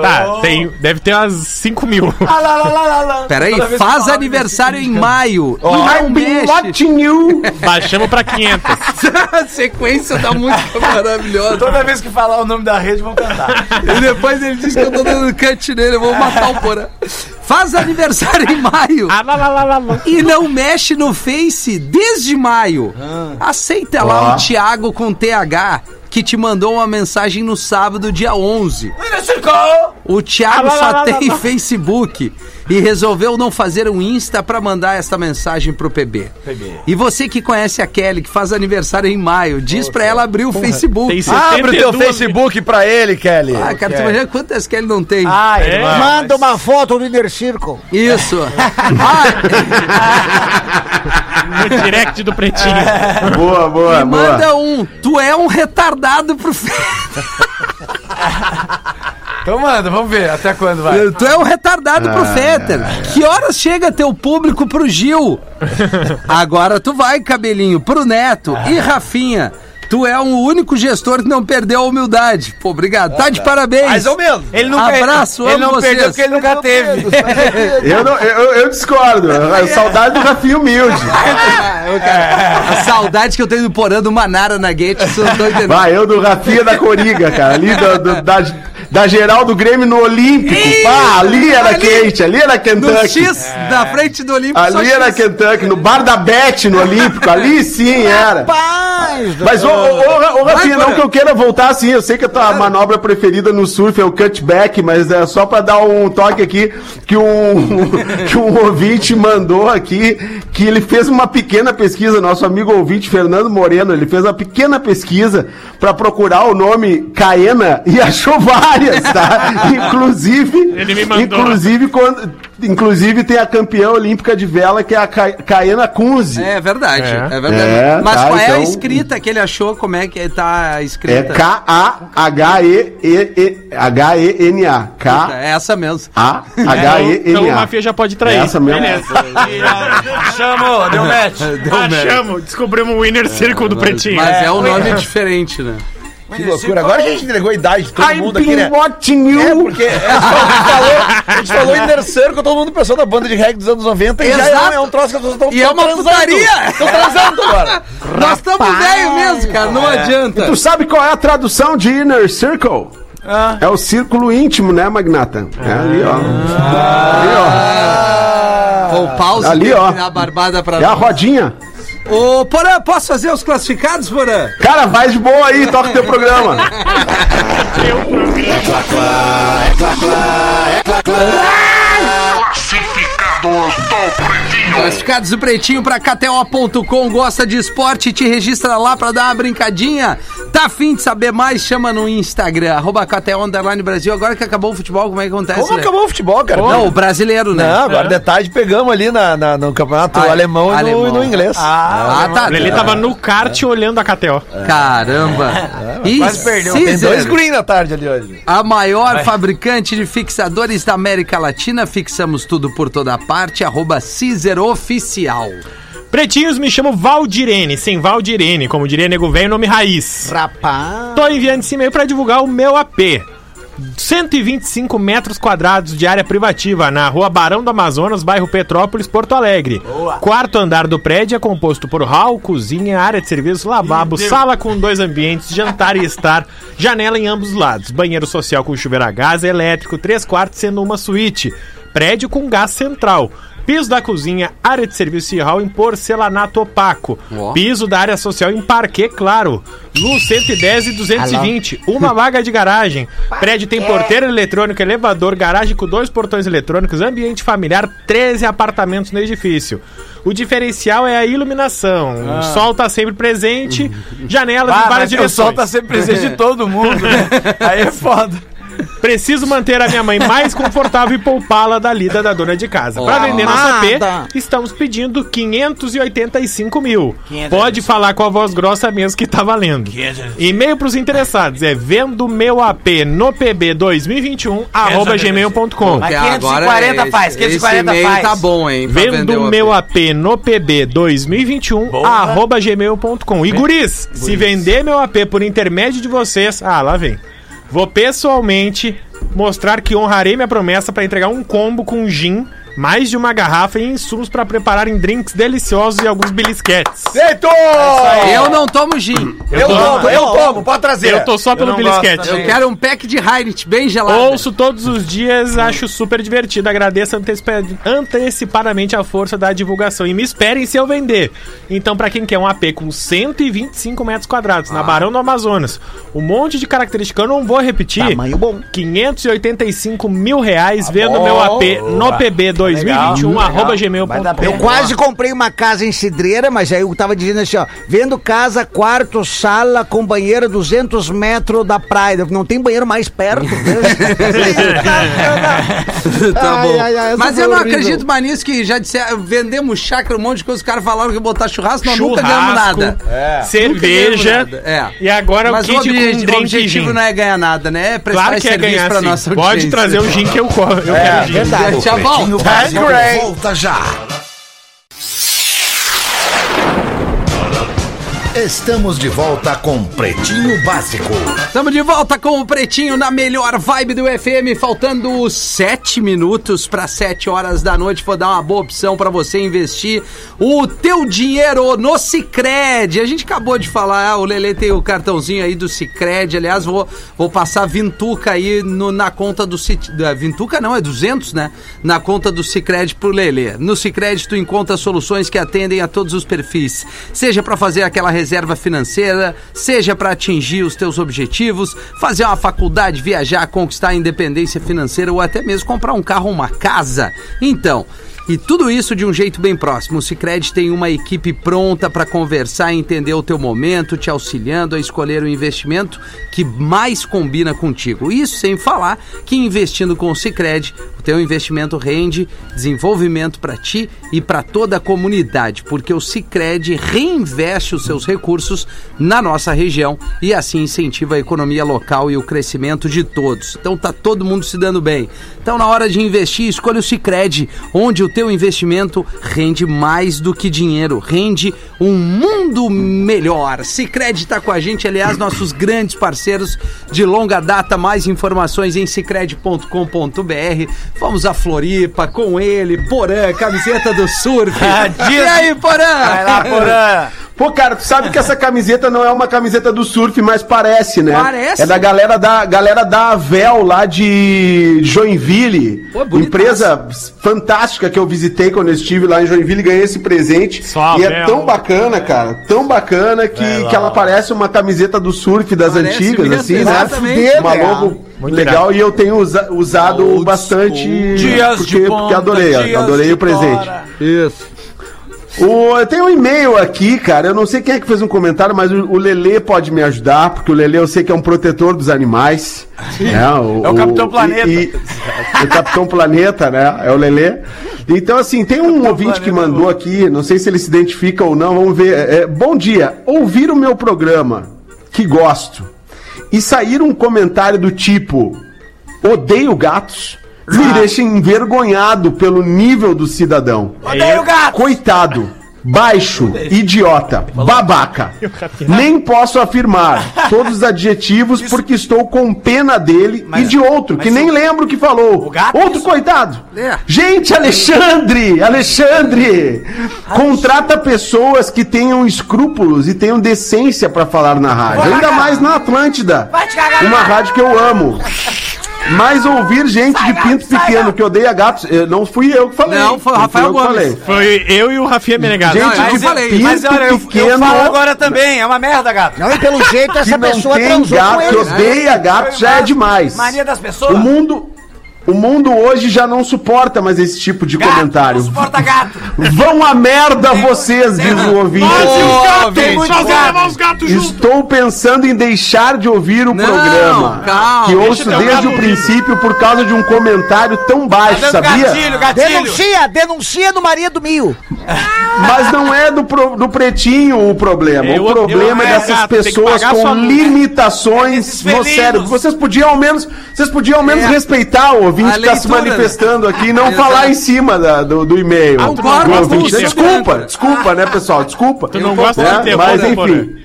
D: Tá, tem, deve ter umas 5 mil.
B: Ah, lá, lá, lá, lá, lá.
A: Peraí,
B: Toda vez que
A: faz
B: fala,
A: aniversário em maio.
B: Oh,
A: não
B: é
E: I've been
A: mexe.
E: watching you.
D: Baixamos pra 500.
A: A sequência da música maravilhosa.
B: Toda vez que falar o nome da rede, vão cantar.
A: E depois ele diz que eu tô dando cut nele, eu vou matar o porã. Faz aniversário em maio
D: Ah, lá, lá, lá, lá, lá.
A: e não mexe no Face desde maio.
B: Ah.
A: Aceita lá o Thiago com TH. Que te mandou uma mensagem no sábado, dia 11.
B: Inner Circle!
A: O Thiago
D: Ah, lá, lá,
A: só
D: lá,
A: tem
D: lá, lá.
A: Facebook e resolveu não fazer um Insta pra mandar esta mensagem pro PB.
B: PB.
A: E você que conhece a Kelly, que faz aniversário em maio, diz pra ela abrir o Facebook.
D: Tem 72
F: Abre o teu
D: mil.
F: Facebook pra ele, Kelly.
A: Ah, cara, tu imagina quantas Kelly não tem?
B: Ah,
D: É?
B: irmão.
C: Manda uma foto do Inner Circle.
A: Isso. Ah,
D: No direct do Pretinho.
E: Boa, boa, boa.
A: manda um. Tu é um retardado pro Face.
B: Então manda, vamos ver até quando vai.
A: Tu é um retardado
E: Ah.
A: pro Fetter. Que horas chega teu público pro Gil? Agora tu vai, cabelinho, pro Neto e Rafinha. Tu é o único gestor que não perdeu a humildade. Pô, obrigado. Tá
E: Ah,
A: de parabéns.
F: Mais ou menos.
B: Ele nunca
A: Abraço,
B: ele
A: amo
B: não
A: vocês.
B: perdeu porque ele nunca teve.
E: Eu, não- eu- eu discordo. Eu- Saudade do Rafinha Humilde.
A: A saudade que eu tenho do Porã do Manara na Gate, vocês não estão entendendo.
E: Vai, eu do Rafinha da Coriga, cara. Ali do- do- da, da geral do Grêmio no Olímpico. Pá, ali era
A: ali.
E: quente, ali era
A: No
E: Kentucky.
A: X, na frente do Olímpico, só
E: então é Ali era
A: X. É,
E: Kentucky, no bar da Bete, no Olímpico, ali sim era.
C: Paz!
E: Mas, ô, ô, ô, ô, Rafinha,
A: Vai,
E: não que eu queira voltar assim, eu sei que a tua manobra preferida no surf é o cutback, mas é só pra dar um toque aqui que um, que um ouvinte mandou aqui, que ele fez uma pequena pesquisa, nosso amigo ouvinte Fernando Moreno, ele fez uma pequena pesquisa pra procurar o nome Caena e achou várias, tá? Inclusive,
D: Ele me mandou.
E: inclusive quando- inclusive tem a campeã olímpica de vela que é a Ca- Caena Kunze.
A: É verdade, é,
D: É.
A: verdade.
E: É,
A: Mas
E: tá,
A: qual é a
E: então-
A: escrita que ele achou? Como é que tá a
E: É
A: escrita? É
E: K-A-H-E-N-A. K-A-H-E-N-A.
A: essa mesmo.
D: Então o Mafia já pode trair.
E: É, Essa mesmo.
F: Ah,
B: Chamou, deu match.
D: Achamos, descobrimos o Inner Circle do Pretinho.
A: Mas é um nome diferente, né?
F: Que loucura. Agora que a gente entregou a idade de todo
E: I've
F: mundo aqui, né?
E: been watching
F: É,
E: you.
F: porque é só, a, gente falou, a gente falou Inner Circle, todo mundo pensou na banda de reggae dos anos 90 e já é um-
A: Exato.
F: é um troço que as pessoas estão
A: E é uma putaria.
F: Estão transando agora.
A: Nós estamos velho mesmo, cara, não adianta.
E: Tu sabe qual é a tradução de Inner Circle?
B: Ah.
E: É o círculo íntimo, né, Magnata? É ali, ó.
F: Ah.
A: Pô, o pause
E: Ali,
A: tem que
E: ó.
A: dar a barbada pra
E: Ali, ó. É a
A: nós.
E: rodinha.
A: Ô, Porã, posso fazer os classificados, Porã?
E: Cara, vai de boa aí, toca teu programa.
F: É
A: Classificados do Pretinho pra KTO.com. Gosta de esporte? Te registra lá pra dar uma brincadinha. Tá afim de saber mais? Chama no Instagram, arroba KTO Underline Brasil. Agora que acabou o futebol, como é que acontece?
F: Como
A: né?
F: acabou o futebol, cara?
A: Não, o brasileiro, né?
F: Não, agora de tarde pegamos ali na, na- no campeonato
A: Ah,
F: alemão,
A: alemão.
F: E, no, e no inglês.
A: Ah, tá.
D: Lelê tava no kart olhando a KTO.
A: Caramba. E
B: quase perdeu.
F: Tem dois né?
A: Caesar,
F: green na tarde ali hoje.
A: a maior fabricante de fixadores da América Latina. Fixamos tudo por toda parte. Arroba Caesar Oficial.
D: Pretinhos, me chamo Valdirene. Sim, Valdirene. Como diria nego velho, nome raiz.
C: Rapaz!
D: Tô enviando esse e-mail pra divulgar o meu AP. 125 metros quadrados de área privativa na rua Barão do Amazonas, bairro Petrópolis, Porto Alegre. Quarto andar do prédio é composto por hall, cozinha, área de serviço, lavabo, sala com dois ambientes, jantar e estar, janela em ambos lados, banheiro social com chuveiro a gás elétrico, três quartos sendo uma suíte, prédio com gás central. Piso da cozinha, área de serviço e hall em porcelanato opaco.
A: Ó.
D: Piso da área social em parquet claro. Luz 110 e 220. Uma vaga de garagem. Prédio
B: É.
D: tem porteiro eletrônico, elevador, garagem com dois portões eletrônicos, ambiente familiar, 13 apartamentos no edifício. O diferencial é a iluminação. O sol tá sempre presente, janelas em
B: Ah,
D: várias
B: mas o
D: direções.
B: sol tá sempre presente de todo mundo, né? Aí é foda.
D: Preciso manter a minha mãe mais confortável e poupá-la da lida da dona de casa. Para vender nossa
C: Amada.
D: P, estamos pedindo 585 mil. Pode falar com a voz grossa mesmo que tá valendo. E-mail pros interessados é vendo meu AP no pb 2021 arroba gmail.com.
B: Mas
A: Até
B: 540
A: é-
B: faz, 540
A: esse e-mail
B: faz.
A: tá bom, hein? pra vender
D: Vendo
A: o
D: meu AP no PB 2021, arroba gmail.com. E guris, se vender meu AP por intermédio de vocês, ah, lá vem. Vou pessoalmente mostrar que honrarei minha promessa para entregar um combo com gin, mais de uma garrafa e insumos para prepararem drinks deliciosos e alguns belisquetes.
J: Feito!
A: Eu não tomo gin.
J: Eu tomo, eu tomo, pode trazer.
D: Eu tô só pelo
B: não gosto
D: belisquete.
B: também.
A: Eu quero um pack de Heineken bem gelado.
D: Ouço todos os dias, acho super divertido. Agradeço antecipa- antecipadamente a força da divulgação. E me esperem se eu vender. Então, pra quem quer um AP com 125 metros quadrados, na Barão do Amazonas, um monte de característica, eu não vou repetir.
C: Tamanho bom.
D: 585 mil reais vendo meu AP no PB 2021, arroba
B: Vai dar
D: gmail.com.
B: bem.
C: Eu quase comprei uma casa em Cidreira, mas aí eu tava dizendo assim, ó, vendo casa, quarto, sala, com banheiro 200 metros da praia. Não tem banheiro mais perto.
A: tá
C: Ai,
A: bom.
C: ai, ai, essa
A: Mas
C: foi
A: eu não
C: horrível.
A: acredito mais nisso que já disseram, vendemos chácara, um monte de coisa, os caras falaram que ia botar churrasco, nós É. nunca ganhamos
D: Churrasco,
A: nada.
D: cerveja.
A: Nunca ganhamos nada, é.
D: E agora
A: Mas
D: o
A: o,
D: kit
A: obje-
D: com
A: o
D: drink
A: objetivo
D: gin.
A: não é ganhar nada, né? É prestar
D: Claro que é
A: serviço
D: ganhar
A: pra
D: sim.
A: nossa
D: Pode
A: audiência.
D: trazer o gin que eu, co- eu quero gin.
A: Tchau, bom.
K: É?
J: Tá great.
G: Volta já. Estamos de volta com Pretinho Básico.
A: Estamos de volta com o Pretinho na melhor vibe do FM, faltando sete minutos para sete horas da noite. Vou dar uma boa opção para você investir o teu dinheiro no Cicred. A gente acabou de falar, ah, o Lele tem o cartãozinho aí do Cicred. Aliás, vou, vou passar Vintuca aí no- na conta do Cit- da Vintuca não, é 200, né? Na conta do Cicred pro Lele. No Cicred tu encontra soluções que atendem a todos os perfis, seja para fazer aquela reserva financeira, seja para atingir os teus objetivos, fazer uma faculdade, viajar, conquistar a independência financeira ou até mesmo comprar um carro ou uma casa. Então, e tudo isso de um jeito bem próximo. O Cicred tem uma equipe pronta para conversar e entender o teu momento, te auxiliando a escolher o investimento que mais combina contigo. Isso sem falar que investindo com o Cicred, o teu investimento rende desenvolvimento para ti e para toda a comunidade, porque o Cicred reinveste os seus recursos na nossa região e assim incentiva a economia local e o crescimento de todos. Então tá todo mundo se dando bem. Então na hora de investir, escolha o Cicred, onde o teu investimento rende mais do que dinheiro, rende um mundo melhor. Cicred tá com a gente, aliás, nossos grandes parceiros de longa data. Mais informações em cicred.com.br. Vamos a Floripa com ele, Porã, camiseta do surf. e aí, Porã?
B: Ah, Vai lá, Porã.
E: Pô, cara, tu sabe que essa camiseta não é uma camiseta do surf, mas parece, né?
A: Parece.
E: É da galera da galera da Avel lá de Joinville.
A: Pô, é bonitaça.
E: empresa fantástica que eu visitei quando eu estive lá em Joinville, ganhei esse presente.
D: Só
E: e é
D: Avel.
E: tão bacana, cara, tão bacana que, que ela parece uma camiseta do surf das
A: É, Parece
E: antigas,
A: mesmo,
E: assim, né?
A: exatamente.
E: Uma logo legal e eu tenho usa- usado bastante
B: Dias de
E: porque, porque
B: ponta,
E: adorei, ó,
B: dias
E: adorei
B: de
E: o presente.
B: fora.
E: O, tem um e-mail aqui, cara. Eu não sei quem é que fez um comentário, mas o, o Lele pode me ajudar, porque o Lele eu sei que é um protetor dos animais. né?
B: É o Capitão
E: e-
B: Planeta.
E: e- é o Capitão Planeta, né? É o Lele. Então, assim, tem um ouvinte que
B: Planeta,
E: mandou aqui, não sei se ele se identifica ou não, vamos ver. É, bom dia, ouvir o meu programa, que gosto, e sair um comentário do tipo: odeio gatos,
B: Ah.
E: me deixa envergonhado pelo nível do cidadão.
B: Odeio gato.
E: Coitado, baixo, idiota, babaca. Nem posso afirmar todos os adjetivos porque estou com pena dele e de outro, que nem lembro o que falou.
B: gato,
E: Outro coitado. Gente, Alexandre, Alexandre, contrata pessoas que tenham escrúpulos e tenham decência pra falar na rádio, ainda mais na Atlântida.
B: Vai te cagar.
E: Uma rádio que eu amo. Mas ouvir gente de pinto
B: sai,
E: pequeno que odeia gatos, eh, não fui eu que falei.
A: Não, foi o Rafael
E: eu que
A: Gomes.
E: falei.
D: Foi Ah, eu e o Rafinha Menegado.
E: Gente,
A: eu
B: Mas
A: não
B: eu
A: falei.
B: Mas olha, eu, eu
E: pequeno-
B: falo agora também. É uma merda, gato.
C: Não, e pelo jeito
E: que
C: essa
E: não
C: pessoa
E: tem
C: transou
E: gato,
C: com
E: que
C: ele.
E: odeia gato, já é demais.
B: Mania das pessoas.
E: O mundo, O mundo hoje já não suporta mais esse tipo de comentário.
B: Porta gato.
E: Vão a merda vocês, diz o ouvinte.
B: Tem muito gato.
E: Estou pensando em deixar de ouvir o programa.
H: calma,
E: que ouço desde o princípio por causa de um comentário tão baixo, sabia?
B: Gatilho, gatilho.
C: Denuncia, denuncia no Maria do Mil.
E: Mas não é do, pro- do pretinho o problema.
D: Eu-
E: o
D: eu-
E: problema
D: eu-
E: é dessas
D: é, gato, tem que
E: pessoas
D: pagar
E: com
D: sua-
E: limitações
B: Esses
E: no
B: felinos.
E: cérebro. Vocês podiam ao menos, vocês podiam ao menos respeitar o ouvinte
H: A
E: que está se
H: leitura, É. né?
E: manifestando aqui e não
H: Exato.
E: falar em cima da- do, do e-mail.
H: Ah, o Corvo
E: Do ouvinte.
H: Augusto,
E: Desculpa,
H: né?
E: desculpa, né, pessoal? Desculpa.
D: Tu não gosta
E: Né?
D: de terror,
E: Mas
D: né, Porã?
E: enfim.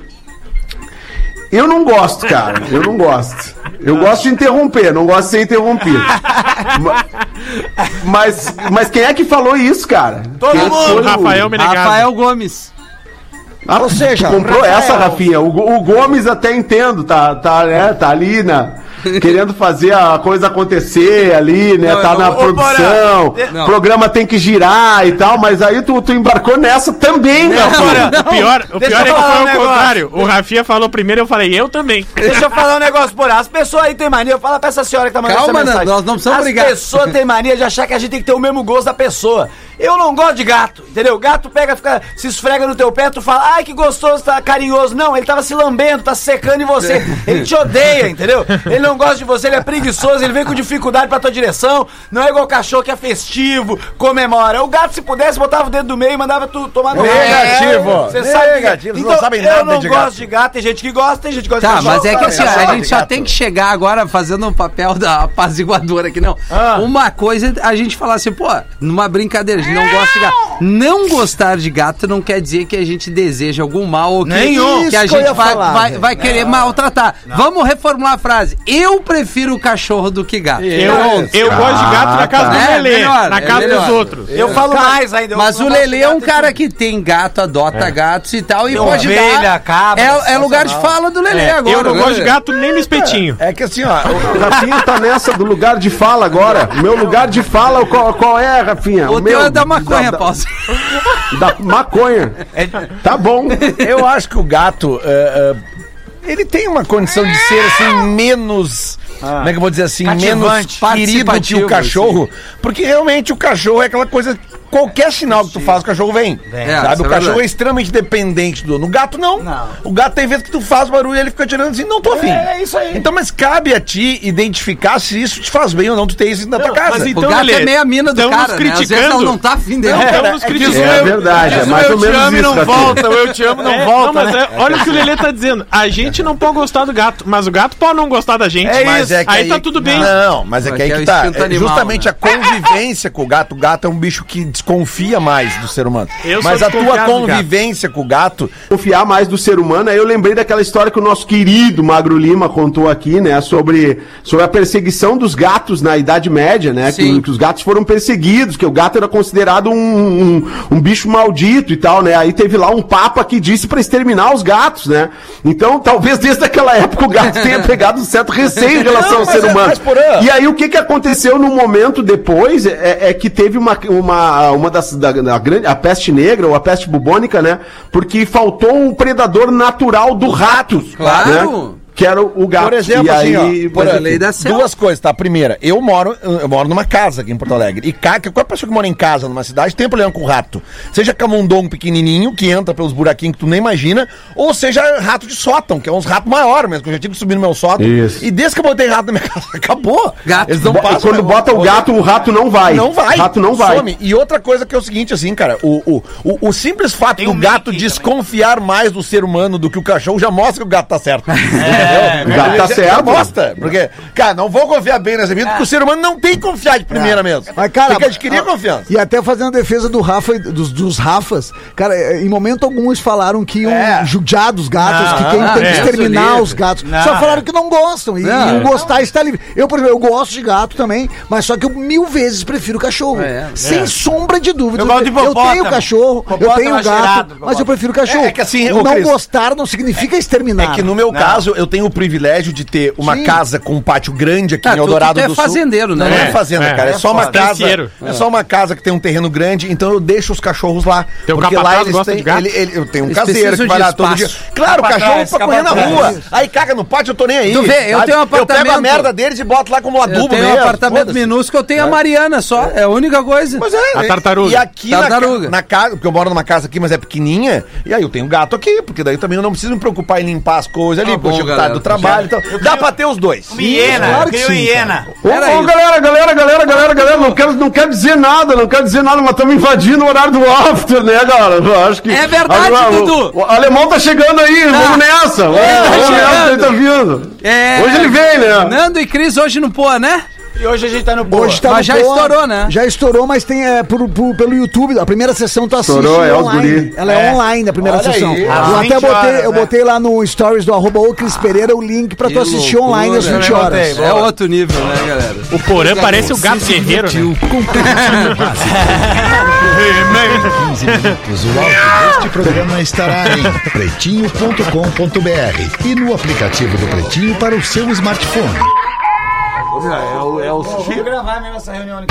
E: Eu não gosto, cara. Eu não gosto. Eu gosto de interromper, não gosto de ser interrompido. Ma- Mas, mas quem é que falou isso, cara?
B: Todo
E: Quem é
B: mundo.
E: foi o-
D: Rafael Menegado.
H: Rafael Gomes.
E: ah,
C: Ou seja,
E: tu comprou
C: Rafael.
E: essa, Rafinha. O, Go- o Gomes até entendo, tá, tá, né, tá ali na. Querendo fazer a coisa acontecer ali, né?
H: Não,
E: tá
H: eu-
E: na
H: ô, é,
E: produção,
B: Porã,
H: não.
E: programa tem que girar e tal, mas aí tu, tu embarcou nessa também, Rafinha.
D: O pior, o
B: Deixa
D: pior é que
B: eu falar
D: foi
B: um
D: o
B: negócio.
D: contrário. O Rafinha falou primeiro, eu falei, eu também.
B: Deixa eu falar um negócio, porra. As pessoas aí têm mania. Fala pra essa senhora que tá mandando
H: Calma,
B: essa mensagem.
H: Nando, nós não precisamos
B: As
H: brigar.
B: pessoas têm mania de achar que a gente tem que ter o mesmo gosto da pessoa. Eu não gosto de gato, entendeu? Gato pega, fica, se esfrega no teu pé, tu fala, ai que gostoso, tá carinhoso. Não, ele tava se lambendo, tá secando em você. Ele te odeia, entendeu? Ele não gosta de você, ele é preguiçoso, ele vem com dificuldade pra tua direção. Não é igual cachorro que é festivo, comemora. O gato, se pudesse, botava o dedo no meio e mandava tu tomar no cu.
F: Negativo.
B: Você sabe.
F: Negativo,
B: Negativo,
F: vocês não sabem
B: eu
F: nada
B: não
F: de gato.
B: gosto de gato, tem gente que gosta, tem gente que gosta
H: Tá,
B: de cachorro.
H: mas é que
B: sabe?
H: assim, ó, a gente só tem que chegar agora fazendo o papel da apaziguadora aqui, não. Uma coisa é a gente falar assim, pô, numa brincadeira, a gente não gosta de gato. Não gostar de gato não quer dizer que a gente deseja algum mal ou que,
C: Nenhum.
H: que a
C: Isso que eu
H: gente
C: ia
H: vai,
C: falar,
H: vai-
C: velho.
H: vai querer maltratar. Vamos reformular a frase. Eu prefiro cachorro do que gato.
D: Eu, eu gosto de gato
F: Ah,
D: na casa
H: tá.
D: do
H: É,
D: Lelê,
H: melhor,
D: na
H: é
D: casa
H: melhor.
D: dos outros.
B: Eu falo mais ainda. eu
H: Mas
B: não
H: o
B: gosto de
H: Lele é um
B: gato,
H: cara que tem gato, adota gatos e tal, e
B: Tem
H: pode
B: ovelha,
H: dar.
B: cabra,
H: é, é lugar de fala do Lele
D: É,
H: agora.
D: eu não
H: né?
D: gosto de gato nem no espetinho.
F: É que assim, ó.
E: O Rafinha tá nessa do lugar de fala agora. O meu lugar de fala, qual, qual é, Rafinha?
H: O
E: meu,
H: teu é da maconha, É.
E: da,
H: Paulo.
E: da maconha. Tá bom.
F: Eu acho que o gato. é, é, ele tem uma condição de ser assim, menos. Como é que eu vou dizer assim? Menos
B: Cativante,
F: querido que o
H: participativo,
F: cachorro. Porque realmente o cachorro é aquela coisa. Qualquer sinal que tu faz, o cachorro vem.
H: isso
F: sabe? O
H: é
F: cachorro é
H: verdade.
F: extremamente dependente do dono. O gato não. O gato tem vezes que tu faz barulho e ele fica tirando assim, não tô afim.
B: É, é isso aí.
F: Então, mas cabe a ti identificar se isso te faz bem ou não, tu tem isso na tua casa.
D: mas
H: O
D: Então,
H: gato é
D: Lelê,
H: meio a mina do
D: estamos
H: cara, né? Às vezes
D: criticando.
H: ela não tá afim dele.
D: Não,
H: É.
D: estamos criticando.
E: É verdade, é mais ou menos isso. Rafinha.
B: eu te amo, né?
D: É, não, mas é- olha o que o Lelê tá dizendo. A gente não pode gostar do gato, mas o gato pode não gostar da gente.
F: É mas é que
D: aí, tá tudo bem.
F: Não, mas é
H: Mas
F: que aí
H: que é
F: que
H: o
F: tá.
H: instinto
F: É
H: animal,
F: justamente
H: né?
F: a convivência com o gato. O gato é um bicho que desconfia mais do ser humano.
D: Eu sou
F: mas a tua
D: desconfiado do gato.
F: convivência com o gato.
E: confiar mais do ser humano. Aí eu lembrei daquela história que o nosso querido Magro Lima contou aqui, né? Sobre, sobre a perseguição dos gatos na Idade Média, né?
H: Sim.
E: Que, que os gatos foram perseguidos, que o gato era considerado um, um, um bicho maldito e tal, né? Aí teve lá um papa que disse pra exterminar os gatos, né? Então, talvez desde aquela época o gato tenha pegado um certo receio em relação ao
F: mas
E: ser
F: é-
E: humano.
F: mas, Porã,
E: E aí o que, que aconteceu no momento depois é, é que teve uma, uma, uma das da, da grande a peste negra ou a peste bubônica, né? Porque faltou um predador natural do rato.
H: Claro.
E: né, Que era o gato.
F: Por exemplo,
E: E aí,
F: assim, ó, por
E: mas
F: exemplo,
H: lei da selva.
F: duas coisas, tá? Primeira, eu moro, eu moro numa casa aqui em Porto Alegre. E cá, que qualquer pessoa que mora em casa numa cidade tem problema com rato. Seja camundongo pequenininho, que entra pelos buraquinhos que tu nem imagina, ou seja rato de sótão, que é uns ratos maiores mesmo, que eu já tive que subir no meu sótão.
E: Isso.
F: E desde que eu botei rato na minha casa, acabou.
H: Gato.
F: Eles não
E: bo-
F: passam. né?
E: quando bota o gato, o rato não vai.
F: Não vai.
E: O rato não vai.
F: Some. E outra coisa que é o seguinte, assim, cara, o, o, o, o simples fato do
B: um
F: gato
B: Mickey
F: desconfiar mais do ser humano do que o cachorro já mostra que o gato tá certo. É,
E: o gato tá
F: Já
E: certo.
F: mostra. Porque, cara, não vou confiar bem nessa vida, porque o ser humano não tem que confiar de primeira
E: Ah.
F: mesmo.
C: Mas, cara,
F: tem que adquirir a
C: a-
F: confiança.
C: E até fazendo a defesa do Rafa, e dos, dos Rafas, cara, eh, em momento algum eles falaram que iam
F: É.
C: judiar dos gatos,
F: Não,
C: que quem tem
H: é.
C: que exterminar
H: Deus
C: os gatos. Só falaram que não gostam, e,
H: Não.
C: e o gostar está livre. Eu, por exemplo, eu gosto de gato também, mas só que eu mil vezes prefiro cachorro.
H: É, é.
C: Sem sombra de dúvida.
B: Eu gosto de
C: tenho
B: hipopótamo.
C: cachorro, eu
B: Hipopótamo
C: tenho
B: é
C: gato,
B: cheirado,
C: mas eu
B: hipopótamo.
C: prefiro cachorro.
F: É, é que assim, ô,
C: não
F: Cris,
H: né?
C: gostar não significa exterminar.
F: É que no meu caso, eu tenho o privilégio de ter uma
C: Sim.
F: casa com um pátio grande aqui
H: Ah,
F: em
H: tu-
F: Eldorado
H: tu é
F: do
H: fazendeiro,
F: Sul.
H: né?
F: Não, não
D: É,
F: é fazenda,
D: é.
F: cara. É só uma casa.
D: Terceiro.
F: É só uma casa que tem um terreno grande, então eu deixo os cachorros lá.
D: Teu
F: porque
D: capataz
F: lá eles
D: gosta
F: têm,
D: de gato?
F: ele- ele- eu tenho um
H: Eles
F: caseiro
H: precisam
F: que vai
H: de
F: lá todo dia.
H: espaço.
F: Claro, o cachorro
B: Capataz,
F: pra correr na
B: capataz.
F: rua. Aí caga no pátio, eu tô nem aí.
H: Tu vê, eu
F: sabe?
H: tenho um
F: Eu pego a
H: apartamento.
F: merda deles e boto lá como adubo
H: Eu tenho um
F: mesmo,
H: apartamento
F: foda-se.
H: minúsculo, eu tenho a Mariana só. É a única coisa.
F: Pois é.
D: A tartaruga.
F: E aqui na ca-
H: Tartaruga.
F: Na, casa, porque eu moro numa casa aqui, mas é pequenininha, e aí eu tenho gato aqui, porque daí também eu não preciso me preocupar em limpar as coisas ali,
H: Tá
F: porque
H: bom,
F: eu chego
H: galera.
F: tarde do trabalho. Então, dá pra ter os dois.
L: Um
B: Hiena,
C: claro
B: eu
C: que
B: crio
C: sim,
B: hiena.
E: Ô,
H: Era
E: ô,
H: isso.
E: galera, galera, galera, galera, galera, não quero, não quero dizer nada, não quero dizer nada, mas estamos invadindo o horário do after, né, galera? Eu Acho que,
H: É verdade,
E: Ah, o-
H: Dudu.
E: O, alemão tá chegando aí, vamos nessa. Vamos,
H: tá
E: vamos nessa, ele
H: chegando.
E: tá vindo.
H: É.
E: Hoje ele vem, né?
H: Nando e Cris hoje no Pô, né?
B: E hoje a gente tá no boa.
C: Hoje tá
H: Mas
C: no
H: já
C: Boa.
H: estourou, né?
C: Já estourou, mas tem é, por- por- pelo YouTube. A primeira sessão tu assiste
E: Estourou, é, os
C: online.
E: guri.
C: Ela é, online a primeira
F: Olha aí.
C: sessão.
F: Às
C: Eu até
B: 20
C: botei,
B: horas,
C: eu
B: né?
C: botei lá no stories do arroba o Cris Pereira o link pra tu
H: Ah. Que
C: assistir
H: loucura,
C: online às
H: eu
C: 20
B: levantei,
C: horas.
H: É outro nível, né, galera?
D: O Porã parece o gato guerreiro, né? É,
G: Tio, com conteúdo básico. Daqui a 15 minutos, o áudio deste programa estará em pretinho.com.br e no aplicativo do Pretinho para o seu smartphone.
B: Vamos gravar mesmo essa reunião aqui.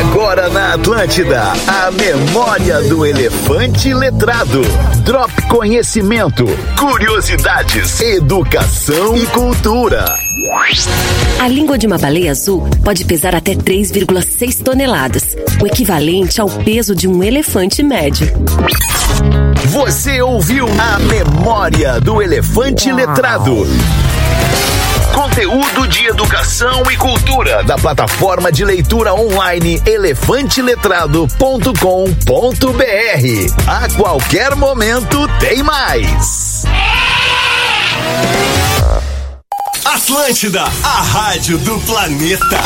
G: Agora na Atlântida, a memória do elefante letrado. Drop conhecimento, curiosidades, educação e cultura.
L: A língua de uma baleia azul pode pesar até 3,6 toneladas, o equivalente ao peso de um elefante médio.
G: Você ouviu a memória do elefante letrado. Conteúdo de educação e cultura da plataforma de leitura online elefanteletrado.com.br. A qualquer momento tem mais.
K: Atlântida, a rádio do planeta.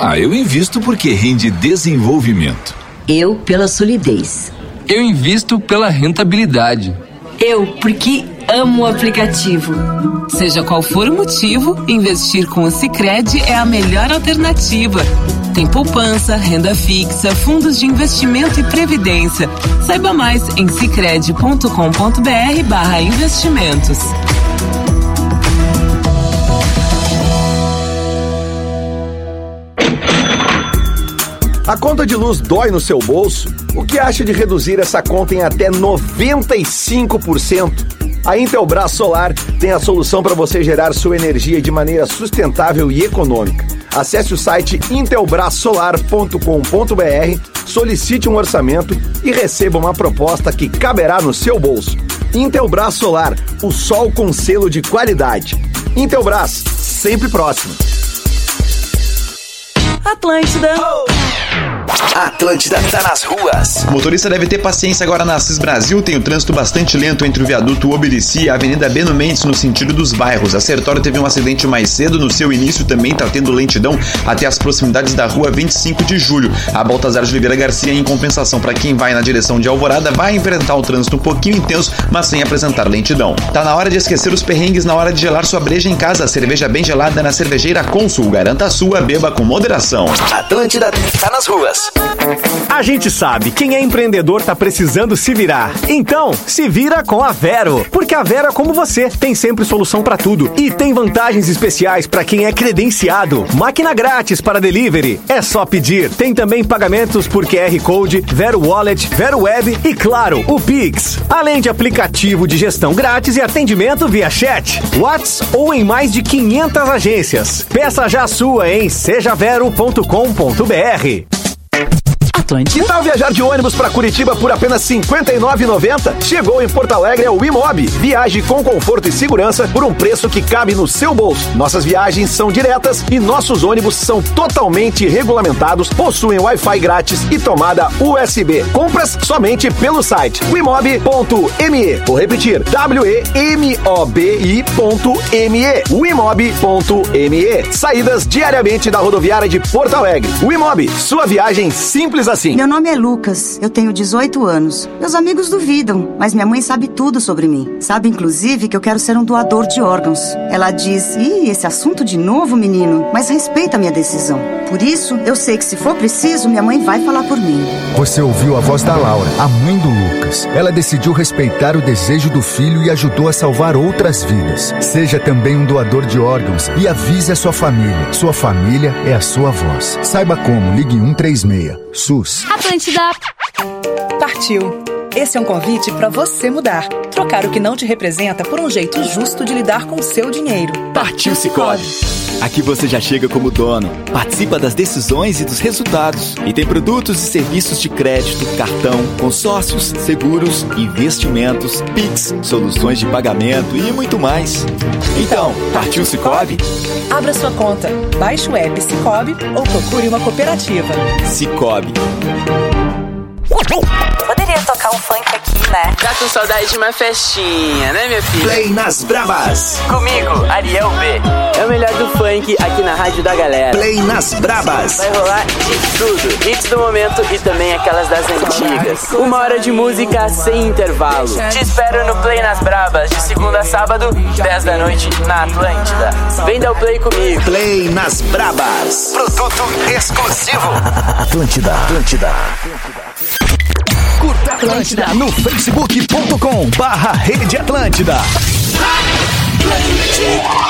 G: Ah, eu invisto porque rende desenvolvimento.
L: Eu pela solidez.
M: Eu invisto pela rentabilidade.
L: Eu porque amo o aplicativo.
M: Seja qual for o motivo, investir com o Sicredi é a melhor alternativa. Tem poupança, renda fixa, fundos de investimento e previdência. Saiba mais em sicredi.com.br barra investimentos.
F: A conta de luz dói no seu bolso? O que acha de reduzir essa conta em até 95%? A Intelbras Solar tem a solução para você gerar sua energia de maneira sustentável e econômica. Acesse o site intelbrasolar.com.br, solicite um orçamento e receba uma proposta que caberá no seu bolso. Intelbras Solar, o sol com selo de qualidade. Intelbras, sempre próximo.
M: Atlântida.
G: Atlântida tá nas ruas.
K: Motorista deve ter paciência agora na Assis Brasil. Tem o trânsito bastante lento entre o viaduto Obelici e a Avenida Beno Mendes no sentido dos bairros. A Sertório teve um acidente mais cedo. No seu início também tá tendo lentidão até as proximidades da rua 25 de julho. A Baltazar de Oliveira Garcia, em compensação para quem vai na direção de Alvorada, vai enfrentar um trânsito um pouquinho intenso, mas sem apresentar lentidão. Tá na hora de esquecer os perrengues na hora de gelar sua breja em casa. Cerveja bem gelada na cervejeira Consul. Garanta a sua, beba com moderação.
G: Atlântida tá nas ruas.
K: A gente sabe, quem é empreendedor tá precisando se virar. Então, se vira com a Vero, porque a Vero é como você, tem sempre solução pra tudo e tem vantagens especiais pra quem é credenciado. Máquina grátis para delivery, é só pedir. Tem também pagamentos por QR Code, Vero Wallet, Vero Web e claro, o Pix. Além de aplicativo de gestão grátis e atendimento via chat, Whats ou em mais de 500 agências. Peça já a sua em sejavero.com.br. Que tal viajar de ônibus para Curitiba por apenas R$ 59,90? Chegou em Porto Alegre é o Imob. Viaje com conforto e segurança por um preço que cabe no seu bolso. Nossas viagens são diretas e nossos ônibus são totalmente regulamentados, possuem Wi-Fi grátis e tomada USB. Compras somente pelo site wimob.me. Vou repetir: W-E-M-O-B-I.me. wimob.me. Saídas diariamente da rodoviária de Porto Alegre. Wimob, sua viagem simples
H: Simples assim.
N: Meu nome é Lucas, eu tenho 18 anos. Meus amigos duvidam, mas minha mãe sabe tudo sobre mim. Sabe, inclusive, que eu quero ser um doador de órgãos. Ela diz: Ih, esse assunto de novo, menino, mas respeita a minha decisão. Por isso, eu sei que se for preciso, minha mãe vai falar por mim.
I: Você ouviu a voz da Laura, a mãe do Lucas. Ela decidiu respeitar o desejo do filho e ajudou a salvar outras vidas. Seja também um doador de órgãos e avise a sua família. Sua família é a sua voz. Saiba como, ligue 136. SUS.
O: Atlântida. Partiu. Esse é um convite para você mudar. Trocar o que não te representa por um jeito justo de lidar com o seu dinheiro.
H: Partiu Cicobi. Aqui você já chega como dono, participa das decisões e dos resultados e tem produtos e serviços de crédito, cartão, consórcios, seguros, investimentos, Pix, soluções de pagamento e muito mais. Então, partiu Cicobi?
O: Abra sua conta, baixe o app Cicobi ou procure uma cooperativa.
H: Cicobi.
P: Poderia tocar um funk aqui, né?
Q: Tá com saudade de uma festinha, né, minha filha?
G: Play nas Brabas.
Q: Comigo, Ariel B. É o melhor do funk aqui na Rádio da Galera.
G: Play nas Brabas.
Q: Vai rolar de tudo. Hits do momento e também aquelas das antigas. Uma hora de música sem intervalo. Te espero no Play nas Brabas, de segunda a sábado, 10 da noite, na Atlântida. Vem dar o play comigo.
G: Play nas Brabas. Produto exclusivo. Atlântida, Atlântida.
H: Curta Atlântida no facebook.com barra Rede Atlântida.